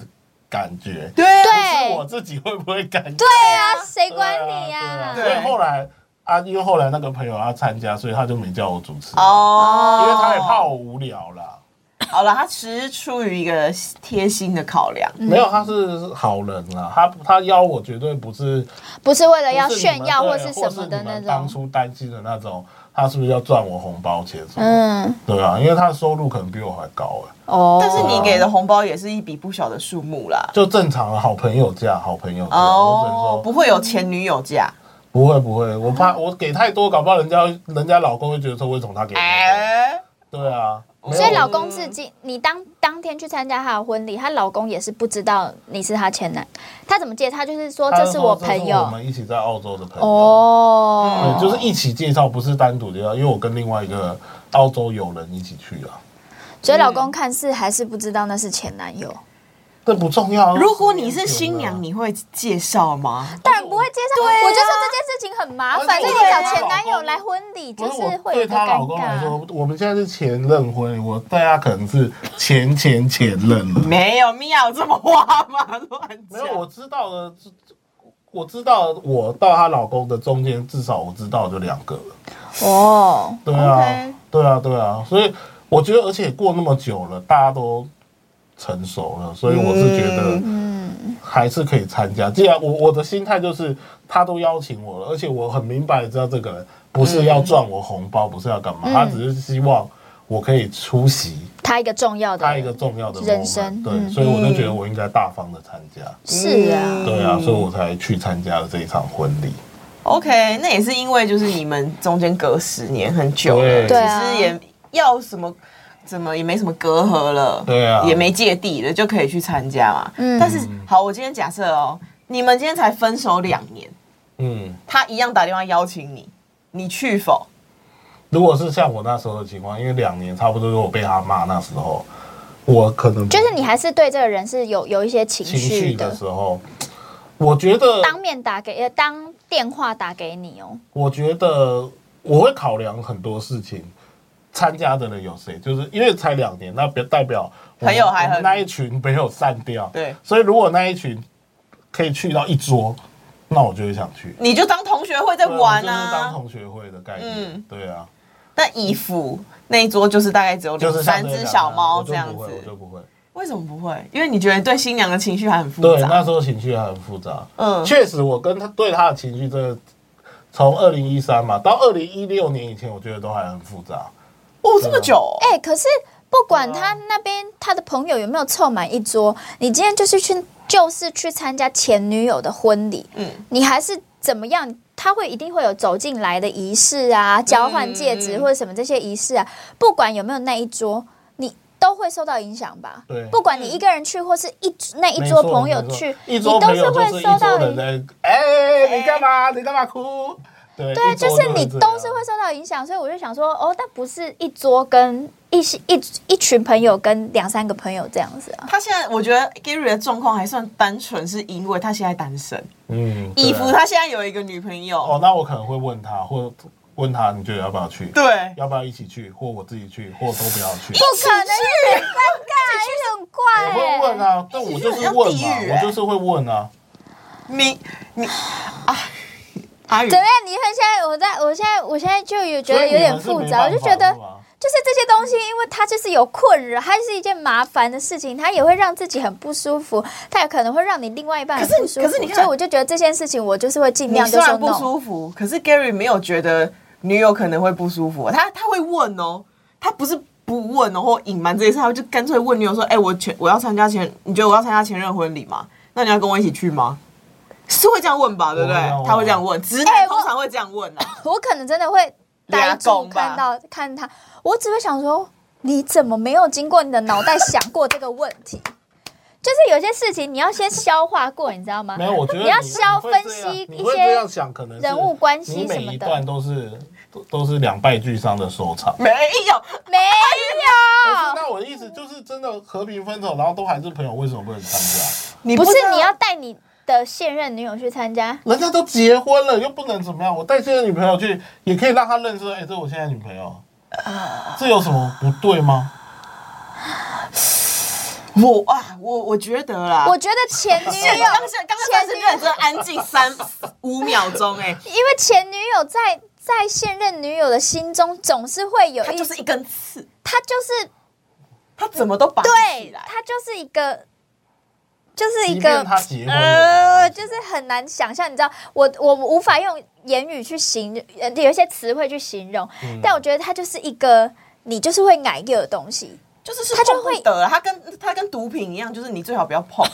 [SPEAKER 3] 感觉，
[SPEAKER 1] 对
[SPEAKER 5] 对
[SPEAKER 3] 不是我自己会不会尴尬。
[SPEAKER 5] 对啊，谁管你呀、
[SPEAKER 3] 对啊所以
[SPEAKER 1] 对
[SPEAKER 3] 后来啊，因为后来那个朋友要参加，所以他就没叫我主持，
[SPEAKER 1] 哦
[SPEAKER 3] 因为他也怕我无聊啦。
[SPEAKER 1] 好了，他只是出于一个贴心的考量。
[SPEAKER 5] 嗯
[SPEAKER 3] 没有，他是好人啦，他他邀我绝对不是
[SPEAKER 5] 不是为了
[SPEAKER 3] 不
[SPEAKER 5] 要
[SPEAKER 3] 是你们
[SPEAKER 5] 炫耀
[SPEAKER 3] 对啊或
[SPEAKER 5] 或是什么的
[SPEAKER 3] 是你
[SPEAKER 5] 那
[SPEAKER 3] 们当
[SPEAKER 5] 种。
[SPEAKER 3] 初担心的那种，他是不是要赚我红包钱什么？
[SPEAKER 5] 嗯，
[SPEAKER 3] 对啊，因为他的收入可能比我还高哎、
[SPEAKER 5] 哦，
[SPEAKER 1] 但是你给的红包也是一笔不小的数目啦。
[SPEAKER 3] 就正常的好朋友价，好朋友价，我只能
[SPEAKER 1] 哦
[SPEAKER 3] 说，
[SPEAKER 1] 不会有前女友价。
[SPEAKER 3] 不会不会，我怕我给太多，搞不好人家人家老公会觉得说为什么他给我那么
[SPEAKER 1] 哎，
[SPEAKER 3] 多？对啊，没有
[SPEAKER 5] 所以老公至今，你当当天去参加她的婚礼，她老公也是不知道你是她前男，他怎么介？他就是说
[SPEAKER 3] 他
[SPEAKER 5] 哦这
[SPEAKER 3] 就是说
[SPEAKER 5] 我
[SPEAKER 3] 这
[SPEAKER 5] 朋
[SPEAKER 3] 我
[SPEAKER 5] 友
[SPEAKER 3] 们一起在澳洲的朋友。嗯
[SPEAKER 5] 哦
[SPEAKER 3] 对，，就是一起介绍，不是单独介绍，因为我跟另外一个澳洲友人一起去啊，
[SPEAKER 5] 所以老公看似还是不知道那是前男友，
[SPEAKER 3] 这不重要啊。
[SPEAKER 1] 如果你是新娘，你会介绍吗？
[SPEAKER 5] 当然不会介绍。我就说这件事情很麻烦，
[SPEAKER 3] 而
[SPEAKER 5] 反
[SPEAKER 3] 且
[SPEAKER 5] 正
[SPEAKER 3] 啊我
[SPEAKER 5] 你找前男友来婚礼，
[SPEAKER 3] 不
[SPEAKER 5] 就是
[SPEAKER 3] 我
[SPEAKER 5] 会有
[SPEAKER 3] 对
[SPEAKER 5] 一个
[SPEAKER 3] 她
[SPEAKER 5] 尴
[SPEAKER 3] 老公来
[SPEAKER 5] 尬。
[SPEAKER 3] 说，我们现在是前任婚姻，我对她可能是前前前任了。
[SPEAKER 1] 没有，米娅有这么花吗？乱
[SPEAKER 3] 没
[SPEAKER 1] 讲。
[SPEAKER 3] 有，我知道的，我知道我到她老公的中间，至少我知道就两个了。
[SPEAKER 5] 哦，
[SPEAKER 3] 对啊
[SPEAKER 1] OK
[SPEAKER 3] 对啊，对啊，所以我觉得，而且过那么久了，大家都成熟了，所以我是觉得，
[SPEAKER 5] 嗯
[SPEAKER 3] 还是可以参加。既然我我的心态就是，他都邀请我了，而且我很明白知道这个人不是要赚我红包，不是要
[SPEAKER 5] 嗯
[SPEAKER 3] 干嘛，他只是希望我可以出席
[SPEAKER 5] 他一个重要的
[SPEAKER 3] 他一个重要的
[SPEAKER 5] 人生
[SPEAKER 3] moment，对，
[SPEAKER 5] 嗯
[SPEAKER 3] 所以我就觉得我应该大方的参加，
[SPEAKER 5] 是啊，
[SPEAKER 3] 对啊，所以我才去参加了这一场婚礼。
[SPEAKER 1] OK，那也是因为就是你们中间隔十年很久了，
[SPEAKER 3] 对
[SPEAKER 5] 对啊
[SPEAKER 1] 其实也要什么怎么也没什么隔阂了，
[SPEAKER 3] 对啊
[SPEAKER 1] 也没芥蒂了，就可以去参加嘛。
[SPEAKER 5] 嗯
[SPEAKER 1] 但是好，我今天假设哦，你们今天才分手两年，
[SPEAKER 3] 嗯，
[SPEAKER 1] 他一样打电话邀请你，你去否？
[SPEAKER 3] 如果是像我那时候的情况，因为两年差不多，如果被他骂那时候，我可能
[SPEAKER 5] 就是你还是对这个人是有有一些情
[SPEAKER 3] 情绪
[SPEAKER 5] 绪
[SPEAKER 3] 的
[SPEAKER 5] 的
[SPEAKER 3] 时。候，我觉得，
[SPEAKER 5] 当面打给，呃，当电话打给你哦。
[SPEAKER 3] 我觉得我会考量很多事情。参加的人有谁？就是因为才两年，那别代表我们
[SPEAKER 1] 朋友还很
[SPEAKER 3] 我们那一群没有散掉。
[SPEAKER 1] 对
[SPEAKER 3] 所以如果那一群可以去到一桌，那我就会想去。
[SPEAKER 1] 你就当同学会在
[SPEAKER 3] 对
[SPEAKER 1] 玩
[SPEAKER 3] 就是当
[SPEAKER 1] 啊。
[SPEAKER 3] 同学会的概念。
[SPEAKER 1] 嗯
[SPEAKER 3] 对啊，
[SPEAKER 1] 但以父那一桌就是大概只有
[SPEAKER 3] 就
[SPEAKER 1] 两
[SPEAKER 3] 是像
[SPEAKER 1] 三
[SPEAKER 3] 这
[SPEAKER 1] 只
[SPEAKER 3] 两啊
[SPEAKER 1] 小猫
[SPEAKER 3] 我就
[SPEAKER 1] 这样
[SPEAKER 3] 不会我
[SPEAKER 1] 子
[SPEAKER 3] 就，不会。
[SPEAKER 1] 为什么不会？因为你觉得对新娘的情绪还很复
[SPEAKER 3] 对，那
[SPEAKER 1] 杂。
[SPEAKER 3] 时候情绪还很复杂。
[SPEAKER 1] 嗯
[SPEAKER 3] 确实，我跟他对他的情绪真的，从二零一三嘛到二零一六年以前，我觉得都还很复杂。
[SPEAKER 1] 哦，这么久哦、
[SPEAKER 5] 哎、可是不管
[SPEAKER 3] 啊
[SPEAKER 5] 他那边他的朋友有没有凑满一桌，你今天就是去，就是去参加前女友的婚礼，
[SPEAKER 1] 嗯
[SPEAKER 5] 你还是怎么样？他会一定会有走进来的仪式啊，交
[SPEAKER 3] 嗯
[SPEAKER 5] 换戒指或者什么这些仪式啊，不管有没有那一桌，你都会受到影响吧？
[SPEAKER 3] 对嗯
[SPEAKER 5] 不管你一个人去或是一那一
[SPEAKER 3] 没
[SPEAKER 5] 桌
[SPEAKER 3] 错
[SPEAKER 5] 朋友
[SPEAKER 3] 没错
[SPEAKER 5] 去，
[SPEAKER 3] 一
[SPEAKER 5] 你
[SPEAKER 3] 桌
[SPEAKER 5] 都
[SPEAKER 3] 朋友就
[SPEAKER 5] 会
[SPEAKER 3] 是一
[SPEAKER 5] 受到
[SPEAKER 3] 桌
[SPEAKER 5] 影
[SPEAKER 3] 人在，哎，你干嘛？你干嘛哭？对，
[SPEAKER 5] 对啊，
[SPEAKER 3] 一桌
[SPEAKER 5] 就是你
[SPEAKER 3] 这样
[SPEAKER 5] 都是会受到影响，所以我就想说，哦，但不是一桌跟一些一一群朋友跟两三个朋友这样子 啊。
[SPEAKER 1] 他现在我觉得 Gary 的状况还算单纯，是因为他现在单身。
[SPEAKER 3] 嗯，对啊
[SPEAKER 1] 以福他现在有一个女朋
[SPEAKER 3] 哦
[SPEAKER 1] 友，，
[SPEAKER 3] 那我可能会问他，或问他你觉得要不要去？
[SPEAKER 1] 对，
[SPEAKER 3] 要不要一起去？或我自己去，或都不要去。
[SPEAKER 5] 不可能是尴尬，很怪、
[SPEAKER 3] 我会问啊，但我就是问
[SPEAKER 1] 你是
[SPEAKER 3] 嘛
[SPEAKER 1] 很像地狱，
[SPEAKER 3] 我
[SPEAKER 1] 欸
[SPEAKER 3] 就是会问啊。
[SPEAKER 1] 你你啊，阿宇
[SPEAKER 5] 欸怎么样？你看现在，我在我现在，我现在就有觉得有点复杂，我就觉得就是这些东西，因为它就是有困扰，它是一件麻烦的事情，它也会让自己很不舒服，它也可能会让你另外一半很
[SPEAKER 1] 可是
[SPEAKER 5] 不舒服。
[SPEAKER 1] 可是你看
[SPEAKER 5] 所以我就觉得这件事情，我就是会尽
[SPEAKER 1] 你
[SPEAKER 5] 量
[SPEAKER 1] 虽
[SPEAKER 5] 就说
[SPEAKER 1] 然不
[SPEAKER 5] no。
[SPEAKER 1] 舒服，可是 Gary 没有觉得女友可能会不舒服，他他会问哦，他不是不问哦或隐瞒这件事，他就干脆问女友说：“哎、我前我要参加前，你觉得我要参加前任婚礼吗？那你要跟我一起去吗？”是会这样问吧，对不对
[SPEAKER 3] 我会这样？问
[SPEAKER 1] 他会这样问，直
[SPEAKER 5] 哎
[SPEAKER 1] 男
[SPEAKER 5] 我
[SPEAKER 1] 通常会这样问啊。
[SPEAKER 5] 我可能真的会呆住看到看他，我只会想说，你怎么没有经过你的脑袋想过这个问题？ 就是有些事情你要先消化过，你知道 吗？
[SPEAKER 3] 没有，我觉得
[SPEAKER 5] 你要
[SPEAKER 3] 会
[SPEAKER 5] 消
[SPEAKER 3] 这
[SPEAKER 5] 分
[SPEAKER 3] 样
[SPEAKER 5] 析
[SPEAKER 3] 你
[SPEAKER 5] 一
[SPEAKER 3] 会这样
[SPEAKER 5] 些
[SPEAKER 3] 想，可能是
[SPEAKER 5] 人物关系
[SPEAKER 3] 你
[SPEAKER 5] 什
[SPEAKER 3] 每
[SPEAKER 5] 么
[SPEAKER 3] 一
[SPEAKER 5] 的
[SPEAKER 3] 段都是都都是两败俱伤的收 场。
[SPEAKER 1] 没有，
[SPEAKER 5] 没
[SPEAKER 3] 不是
[SPEAKER 5] 有，
[SPEAKER 3] 那我的意思就是，真的和平分手，然后都还是朋友，为什么不能参加？
[SPEAKER 1] 你
[SPEAKER 5] 不
[SPEAKER 1] 知
[SPEAKER 5] 是
[SPEAKER 1] 道
[SPEAKER 5] 你要带你的现任女友去参加，
[SPEAKER 3] 人家都结婚了，又不能怎么样？我带现在女朋友去，也可以让她认识，哎、这是我现在女朋友，这有什么不对吗？
[SPEAKER 1] 我啊，我我觉得啦，哎
[SPEAKER 5] 我觉得前女
[SPEAKER 1] 刚
[SPEAKER 5] 友
[SPEAKER 1] 刚刚刚算是认真安静三五秒钟， 哎，
[SPEAKER 5] 因为前女友在在现任女友的心中总是会有
[SPEAKER 1] 他
[SPEAKER 5] 一，
[SPEAKER 1] 就是一根刺，
[SPEAKER 5] 她就是
[SPEAKER 1] 他怎么都绑不起
[SPEAKER 5] 对，
[SPEAKER 1] 来。
[SPEAKER 5] 她就是一个，就是一
[SPEAKER 3] 即
[SPEAKER 5] 个
[SPEAKER 3] 便他结婚了，
[SPEAKER 5] 呃，就是很难想象，你知道，我我无法用言语去形容，呃有一些词汇去形容，但我觉得它就是一个你就是会挨个的东西。
[SPEAKER 1] 就是是
[SPEAKER 5] 他就
[SPEAKER 1] 碰不
[SPEAKER 5] 会
[SPEAKER 1] 得，啊他跟他跟毒品一样，就是你最好不要碰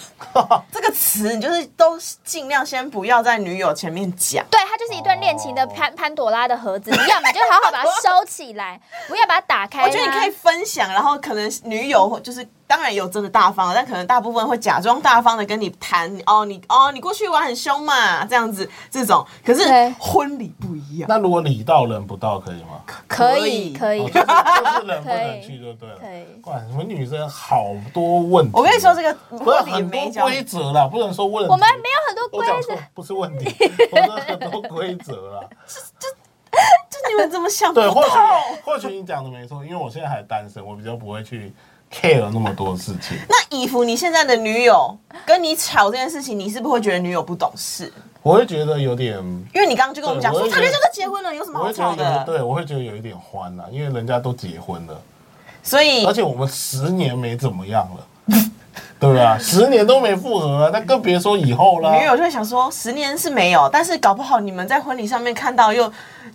[SPEAKER 1] 这个词，你就是都尽量先不要在女友前面讲。
[SPEAKER 5] 对，它就是一段恋情的
[SPEAKER 3] 哦
[SPEAKER 5] 潘潘朵拉的盒子，你要么就好好把它收起来， 不要把它打开。
[SPEAKER 1] 我觉得你可以，分享，然后可能女友会就是当然有真的大方的，但可能大部分会假装大方的跟你谈哦，你哦你过去玩很凶嘛，这样子这种。可是
[SPEAKER 5] 对
[SPEAKER 1] 婚礼不一样，
[SPEAKER 3] 那如果礼到人不到，可以吗？
[SPEAKER 5] 可
[SPEAKER 1] 以
[SPEAKER 5] 以，可以
[SPEAKER 3] 哦，就是就是人不能去就对了。
[SPEAKER 5] 可以
[SPEAKER 3] 哇，你们女生好多问题。啊
[SPEAKER 1] 我跟你说这个
[SPEAKER 3] 不是
[SPEAKER 1] 婚礼
[SPEAKER 3] 很
[SPEAKER 1] 没
[SPEAKER 3] 多
[SPEAKER 1] 讲，
[SPEAKER 3] 规则啦，不能说问题。
[SPEAKER 5] 我们没有很多
[SPEAKER 3] 我
[SPEAKER 5] 规
[SPEAKER 3] 讲
[SPEAKER 5] 则。
[SPEAKER 3] 错，，不是问题，我说很多规则啦。
[SPEAKER 1] 就你们这么想不
[SPEAKER 3] 对，或
[SPEAKER 1] 到
[SPEAKER 3] 许。或许你讲的没错，因为我现在还单身，我比较不会去 care 那么多事情。
[SPEAKER 1] 那以福，你现在的女友跟你吵这件事情，你是不是会觉得女友不懂事？
[SPEAKER 3] 我会觉得有点，
[SPEAKER 1] 因为你刚刚就跟我们讲
[SPEAKER 3] 对
[SPEAKER 1] 说，
[SPEAKER 3] 我会
[SPEAKER 1] 大
[SPEAKER 3] 觉
[SPEAKER 1] 家
[SPEAKER 3] 得
[SPEAKER 1] 就是结婚了，有什么
[SPEAKER 3] 我
[SPEAKER 1] 好
[SPEAKER 3] 会觉
[SPEAKER 1] 吵
[SPEAKER 3] 得有
[SPEAKER 1] 的？
[SPEAKER 3] 对，我会觉得有一点欢啦，因为人家都结婚了，
[SPEAKER 1] 所以
[SPEAKER 3] 而且我们十年没怎么样了，对不对啊？十年都没复合啊了，那更别说以后啦。
[SPEAKER 1] 女友就会想说，十年是没有，但是搞不好你们在婚礼上面看到又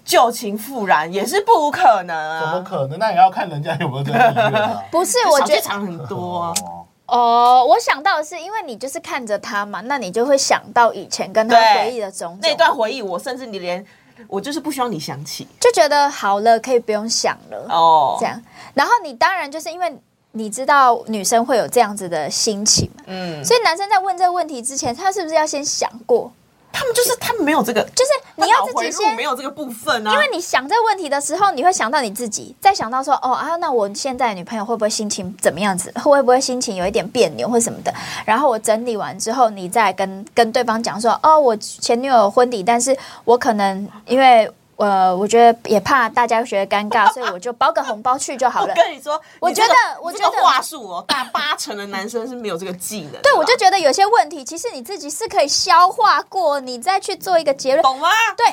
[SPEAKER 1] 旧情复燃，也是不可能
[SPEAKER 3] 怎么
[SPEAKER 1] 啊。
[SPEAKER 3] 可能？那也要看人家有没有真的意愿啊
[SPEAKER 5] 不是，我
[SPEAKER 1] 我
[SPEAKER 5] 觉
[SPEAKER 1] 觉得
[SPEAKER 5] 得
[SPEAKER 1] 长很多啊、
[SPEAKER 3] 哦
[SPEAKER 5] 哦，我想到的是，因为你就是看着他嘛，那你就会想到以前跟他
[SPEAKER 1] 对
[SPEAKER 5] 回忆的种种，
[SPEAKER 1] 那段回忆，我甚至你连我就是不希望你想起
[SPEAKER 5] 就觉得好了，可以不用想了。
[SPEAKER 1] 哦
[SPEAKER 5] 这，样。然后你当然就是因为你知道女生会有这样子的心情嘛，
[SPEAKER 1] 嗯，
[SPEAKER 5] 所以男生在问这个问题之前，他是不是要先想过？
[SPEAKER 1] 他们就是他们没有这个，
[SPEAKER 5] 就是你要自
[SPEAKER 1] 他
[SPEAKER 5] 己
[SPEAKER 1] 脑回路
[SPEAKER 5] 先
[SPEAKER 1] 没，有这个部分啊，
[SPEAKER 5] 因为你想这个问题的时候，你会想到你自己，再想到说，哦啊，那我现在的女朋友会不会心情怎么样子？会不会心情有一点别扭或什么的？然后我整理完之后，你再跟跟对方讲说，哦，我前女友有婚礼，但是我可能因为。呃，我觉得也怕大家觉得尴尬，所以我就包个红包去就好了
[SPEAKER 1] 我。跟你说，
[SPEAKER 5] 我
[SPEAKER 1] 你这个
[SPEAKER 5] 觉得我
[SPEAKER 1] 你这个
[SPEAKER 5] 觉得
[SPEAKER 1] 话术哦，大八成的男生是没有这个技能的啦。
[SPEAKER 5] 对，我就觉得有些问题，其实你自己是可以消化过，你再去做一个结论。
[SPEAKER 1] 懂吗？
[SPEAKER 5] 对，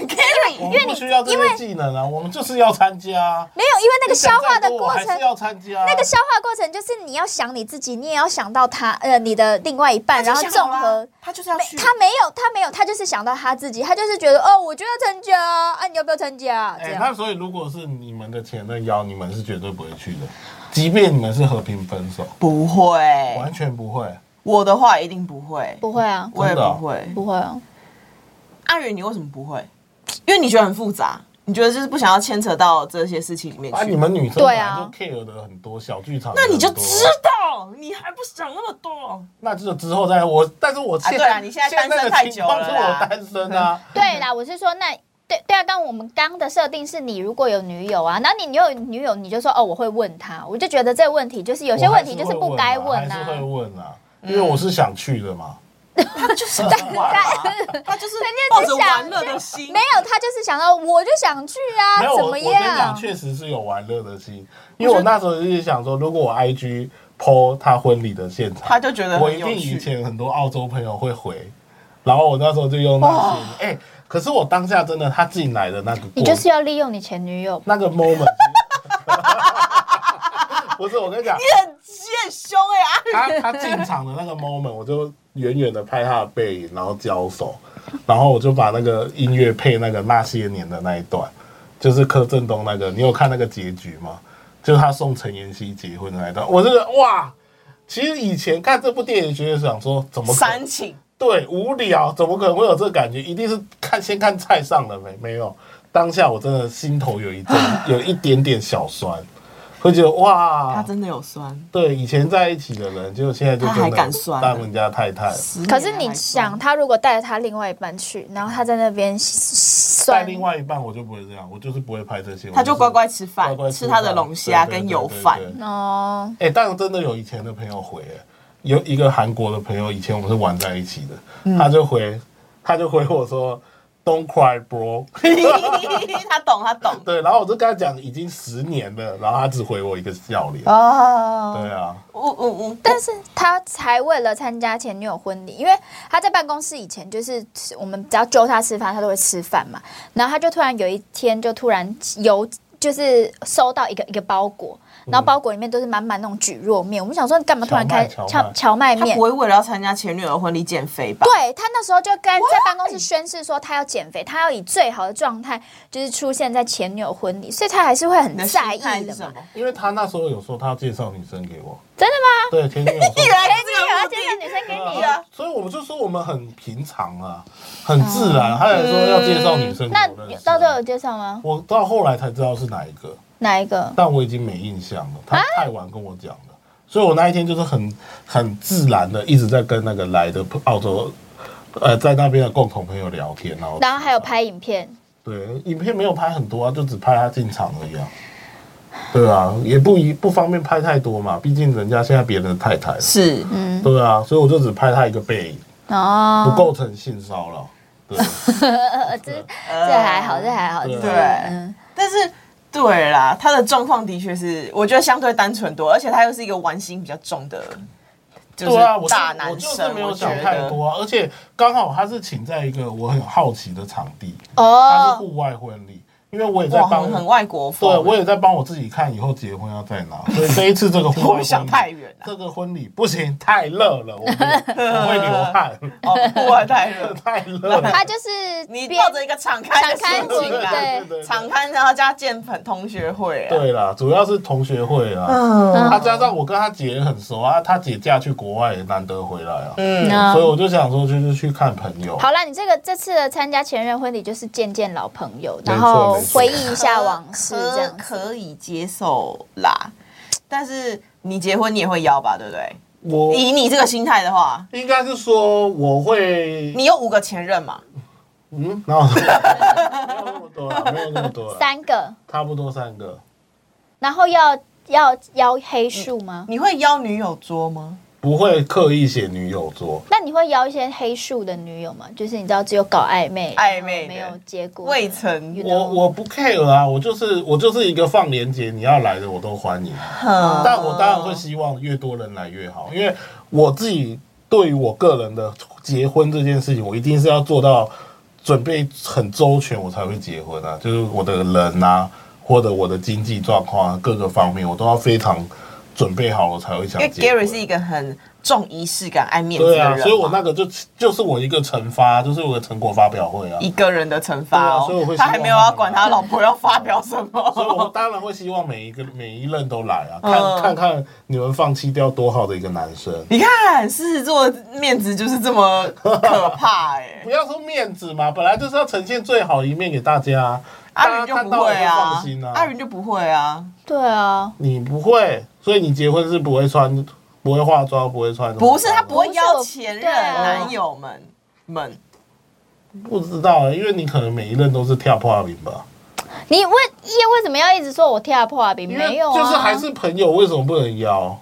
[SPEAKER 5] 因
[SPEAKER 3] 我
[SPEAKER 5] 为因
[SPEAKER 3] 们
[SPEAKER 5] 为
[SPEAKER 3] 不
[SPEAKER 5] 你
[SPEAKER 3] 需要这些技能啊，我们就是要参加啊。
[SPEAKER 5] 没有，因为那个消化的
[SPEAKER 3] 你想再多
[SPEAKER 5] 过
[SPEAKER 3] 我
[SPEAKER 5] 程
[SPEAKER 3] 还，是要参加啊。
[SPEAKER 5] 那个消化过程就是你要想你自己，你也要想到他，呃，你的另外一半，然后
[SPEAKER 1] 他就
[SPEAKER 5] 综
[SPEAKER 1] 想好
[SPEAKER 5] 合
[SPEAKER 1] 了。他就是要
[SPEAKER 5] 没
[SPEAKER 1] 去，
[SPEAKER 5] 他没有，他没有，他就是想到他自己，他就是觉得哦，我就要参加啊，啊你要不要参加啊？这
[SPEAKER 3] 哎、
[SPEAKER 5] 样
[SPEAKER 3] 那所以如果是你们的前任邀，你们是绝对不会去的，即便你们是和平分手，
[SPEAKER 1] 不
[SPEAKER 5] 哎
[SPEAKER 1] 会，
[SPEAKER 3] 完全不会。
[SPEAKER 1] 我的话一定不会，
[SPEAKER 5] 不会啊，
[SPEAKER 1] 我也
[SPEAKER 3] 真的哦
[SPEAKER 1] 不会。
[SPEAKER 5] 不会啊，
[SPEAKER 1] 阿元，你为什么不会？因为你觉得很复杂，你觉得就是不想要牵扯到这些事情里面
[SPEAKER 3] 啊，
[SPEAKER 1] 去。
[SPEAKER 3] 你们女生本
[SPEAKER 5] 对
[SPEAKER 3] 来
[SPEAKER 5] 啊
[SPEAKER 3] 就 care 的很多小剧场，
[SPEAKER 1] 那你就知道，你还不想那么多？
[SPEAKER 3] 那就之后再我，但是我现在、
[SPEAKER 1] 啊对啊你现在单身
[SPEAKER 3] 的
[SPEAKER 1] 太
[SPEAKER 3] 情
[SPEAKER 1] 久
[SPEAKER 3] 况
[SPEAKER 1] 了
[SPEAKER 3] 是
[SPEAKER 1] 啦
[SPEAKER 3] 我单身啊，
[SPEAKER 5] 对啦，我是说那。对对啊，刚我们刚的设定是你如果有女友啊，那你有女友，你就说哦，我会问他，我就觉得这个问题就是 有
[SPEAKER 3] 有
[SPEAKER 5] 些问题就是不该问
[SPEAKER 3] 还
[SPEAKER 5] 啊嗯
[SPEAKER 3] 是。会问啊，因为我是想去的嘛。
[SPEAKER 1] 他就是想玩啊，他 就是抱着玩乐的心
[SPEAKER 5] 没。有，他就是想到我就想去啊，
[SPEAKER 3] 没有，
[SPEAKER 5] 怎
[SPEAKER 3] 我我
[SPEAKER 5] 么
[SPEAKER 3] 跟你讲，
[SPEAKER 5] 样？
[SPEAKER 3] 确实是有玩乐的心，因为我那时候就是想说，如果我 IG PO 他婚礼的现场，
[SPEAKER 1] 他就觉得
[SPEAKER 3] 我
[SPEAKER 1] 很
[SPEAKER 3] 一
[SPEAKER 1] 有
[SPEAKER 3] 定以
[SPEAKER 1] 趣，
[SPEAKER 3] 前很多澳洲朋友会回，然后我那时候就用那些，哎、可是我当下真的他进来的那个过，
[SPEAKER 5] 你就是要利用你前女友。
[SPEAKER 3] 那个 moment，不是我跟你讲，
[SPEAKER 1] 很很凶哎、阿元
[SPEAKER 3] 他他进场的那个 moment，我就远远的拍他的背影，然后交手，然后我就把那个音乐配那个那些年的那一段，就是柯震东那个，你有看那个结局吗？就是他送陈妍希结婚的那一段，我这个哇，其实以前看这部电影，觉得想说怎么可能
[SPEAKER 1] 煽情，
[SPEAKER 3] 对无聊，怎么可能会有这个感觉？一定是看先看菜上了没？没有，当下我真的心头有一 阵有一点点小酸，会觉得哇，
[SPEAKER 1] 他真的有酸。
[SPEAKER 3] 对，以前在一起的人，结果现在就
[SPEAKER 1] 他还
[SPEAKER 3] 真
[SPEAKER 1] 敢
[SPEAKER 3] 的
[SPEAKER 1] 酸
[SPEAKER 3] 当人家太太了，
[SPEAKER 5] 可是你想，他如果带着他另外一半去，然后他在那边
[SPEAKER 3] 带
[SPEAKER 5] 算，
[SPEAKER 3] 另外一半我就不会这样，我就是不会拍这些，
[SPEAKER 1] 他就
[SPEAKER 3] 我是
[SPEAKER 1] 乖乖吃饭
[SPEAKER 3] 乖，乖
[SPEAKER 1] 吃他的
[SPEAKER 3] 饭
[SPEAKER 1] 龙虾
[SPEAKER 3] 对对
[SPEAKER 1] 跟
[SPEAKER 3] 对
[SPEAKER 1] 油
[SPEAKER 3] 对
[SPEAKER 1] 饭
[SPEAKER 3] 对。
[SPEAKER 5] 哦，
[SPEAKER 3] 哎、但真的有以前的朋友回、哎有一个韩国的朋友，以前我们是玩在一起的，
[SPEAKER 1] 嗯
[SPEAKER 3] 他就回，他就回我说，Don't cry, bro。
[SPEAKER 1] 他懂，他懂。
[SPEAKER 3] 对，然后我就跟他讲已经十年了，然后他只回我一个笑脸。
[SPEAKER 1] 哦，
[SPEAKER 3] 对啊，
[SPEAKER 1] 我我我，但
[SPEAKER 5] 但是他才为了参加前女友婚礼，因为他在办公室以前就是我们只要揪他吃饭，他都会吃饭嘛。然后他就突然有一天就突然邮就是收到一个一个包裹，然后包裹里面都是满满那种蒟蒻面。我们想说你干嘛突然开
[SPEAKER 3] 荞麦荞麦
[SPEAKER 5] 荞荞麦
[SPEAKER 1] 他
[SPEAKER 5] 面
[SPEAKER 1] 不？会为了要参加前女友的婚礼减肥吧？
[SPEAKER 5] 对他那时候就跟在办公室宣誓说他要减肥，他要以最好的状态就是出现在前女友婚礼，所以他还是会很
[SPEAKER 1] 你的心
[SPEAKER 5] 在意
[SPEAKER 1] 态是
[SPEAKER 5] 的
[SPEAKER 1] 什
[SPEAKER 5] 嘛。
[SPEAKER 1] 么？
[SPEAKER 3] 因为他那时候有说他要介绍女生给我，
[SPEAKER 5] 真的吗？
[SPEAKER 3] 对，前女友 说
[SPEAKER 1] 来
[SPEAKER 5] 前女友要介绍女生给你
[SPEAKER 1] 对啊
[SPEAKER 3] 所以我们就说我们很平常啊，很自然。他也说要介绍女生给
[SPEAKER 5] 嗯那
[SPEAKER 3] 我认识
[SPEAKER 5] 到
[SPEAKER 3] 啊
[SPEAKER 5] 最后有介绍吗？
[SPEAKER 3] 我到后来才知道是哪一个，
[SPEAKER 5] 哪一个？
[SPEAKER 3] 但我已经没印象了。
[SPEAKER 5] 啊
[SPEAKER 3] 他太晚跟我讲了，所以我那一天就是很很自然的一直在跟那个来的澳洲，呃，在那边的共同朋友聊天，然后
[SPEAKER 5] 然后还有拍影片，
[SPEAKER 3] 对影片没有拍很多啊，就只拍他进场而已啊。对啊，也不一不方便拍太多嘛，毕竟人家现在别人的太太了。
[SPEAKER 1] 是，嗯
[SPEAKER 5] 嗯，
[SPEAKER 3] 对啊，所以我就只拍他一个背影，不
[SPEAKER 5] 哦，
[SPEAKER 3] 构成性骚扰。 对，
[SPEAKER 5] 呃，这这还好，这还好，
[SPEAKER 3] 对
[SPEAKER 5] 这
[SPEAKER 1] 对
[SPEAKER 5] 还好嗯，
[SPEAKER 1] 呃但是对啦，他的状况的确是，我觉得相对单纯多，而且他又是一个玩心比较重的，就是
[SPEAKER 3] 对啊，我就
[SPEAKER 1] 大男
[SPEAKER 3] 我就是
[SPEAKER 1] 生。
[SPEAKER 3] 没有
[SPEAKER 1] 我觉
[SPEAKER 3] 想太
[SPEAKER 1] 得
[SPEAKER 3] 多啊，而且刚好他是请在一个我很好奇的场地，他是
[SPEAKER 5] 哦，
[SPEAKER 3] 户外婚礼，因为我也在
[SPEAKER 1] 哇，
[SPEAKER 3] 帮
[SPEAKER 1] 很很外国风。
[SPEAKER 3] 对，啊我也在帮我自己看以后结婚要在哪，所以这一次 这个
[SPEAKER 1] 会
[SPEAKER 3] 婚
[SPEAKER 1] 不会想太远啊
[SPEAKER 3] 这个婚礼不行，太热了，我 会我会流汗，。
[SPEAKER 1] 哦，户外太热
[SPEAKER 3] 太热了。
[SPEAKER 5] 他就是
[SPEAKER 1] 你
[SPEAKER 5] 边
[SPEAKER 1] 抱着一个敞开的
[SPEAKER 5] 敞开
[SPEAKER 1] 心情
[SPEAKER 5] 心
[SPEAKER 1] 啊，
[SPEAKER 5] 对
[SPEAKER 1] 敞开然后加见粉同学会啊。
[SPEAKER 3] 对啦，主要是同学会啊，
[SPEAKER 1] 嗯
[SPEAKER 3] 他加上我跟他姐也很熟啊，他姐嫁去国外也难得回来啊，
[SPEAKER 1] 嗯，
[SPEAKER 5] 嗯
[SPEAKER 3] 所以我就想说就是去看朋友。
[SPEAKER 5] 好了，你这个这次的参加前任婚礼就是见见老朋友，
[SPEAKER 3] 没错
[SPEAKER 5] 然后
[SPEAKER 3] 没错
[SPEAKER 5] 回忆一下往事
[SPEAKER 1] 可
[SPEAKER 5] 这样子。
[SPEAKER 1] 可以接受啦。但是你结婚你也会邀吧，对不对？
[SPEAKER 3] 我
[SPEAKER 1] 以你这个心态的话，
[SPEAKER 3] 应该是说我会，
[SPEAKER 1] 你有五个前任嘛？
[SPEAKER 3] 嗯，然后 没有那么多啦，没有那么多啦，
[SPEAKER 5] 三个，
[SPEAKER 3] 差不多三个，
[SPEAKER 5] 然后要要邀黑数吗？
[SPEAKER 1] 你会邀女友桌吗？
[SPEAKER 3] 不会刻意写女友桌。
[SPEAKER 5] 那你会邀一些黑数的女友吗？就是你知道只有搞暧昧，
[SPEAKER 1] 暧昧的
[SPEAKER 5] 然后没有结果的，
[SPEAKER 1] 未曾
[SPEAKER 5] you know
[SPEAKER 3] 我我不 care 啊，我就是我就是一个放连接，你要来的我都欢迎。但我当然会希望越多人来越好，因为我自己对于我个人的结婚这件事情，我一定是要做到准备很周全，我才会结婚啊。就是我的人啊，或者我的经济状况啊，各个方面我都要非常准备好，我才会想
[SPEAKER 1] 因为
[SPEAKER 3] 结婚。
[SPEAKER 1] Gary 是一个很重仪式感、爱面子的
[SPEAKER 3] 对
[SPEAKER 1] 人
[SPEAKER 3] 啊，
[SPEAKER 1] 嘛，
[SPEAKER 3] 所以我那个就就是我一个惩罚，就是我的成果发表会啊。
[SPEAKER 1] 一个人的惩罚
[SPEAKER 3] 对啊所以我
[SPEAKER 1] 哦
[SPEAKER 3] 会，希
[SPEAKER 1] 他
[SPEAKER 3] 望
[SPEAKER 1] 还没有要管他老婆要发表什
[SPEAKER 3] 所以我
[SPEAKER 1] 么。
[SPEAKER 3] 当然会希望每一个每一任都来啊，
[SPEAKER 1] 嗯
[SPEAKER 3] 看看看你们放弃掉多好的一个男生。
[SPEAKER 1] 你看狮子座的面子就是这么可怕 哎、
[SPEAKER 3] 不要说面子嘛，本来就是要呈现最好一面给大家啊。
[SPEAKER 1] 阿云就
[SPEAKER 3] 大家看
[SPEAKER 1] 不
[SPEAKER 3] 到
[SPEAKER 1] 会
[SPEAKER 3] 了就
[SPEAKER 1] 啊
[SPEAKER 3] 放心，啊。
[SPEAKER 1] 阿云就不会啊，
[SPEAKER 5] 对啊，
[SPEAKER 3] 你不会，所以你结婚是不会穿，不会化妆，不会穿。啊
[SPEAKER 1] 不是他不会
[SPEAKER 5] 不是
[SPEAKER 1] 邀
[SPEAKER 5] 我
[SPEAKER 1] 前任
[SPEAKER 5] 对啊
[SPEAKER 1] 男友们们，
[SPEAKER 3] 不知道、欸，因为你可能每一任都是跳破冰吧。
[SPEAKER 5] 你为叶为什么要一直说我跳破冰？
[SPEAKER 3] 因为
[SPEAKER 5] 没有啊，
[SPEAKER 3] 就是还是朋友，为什么不能邀？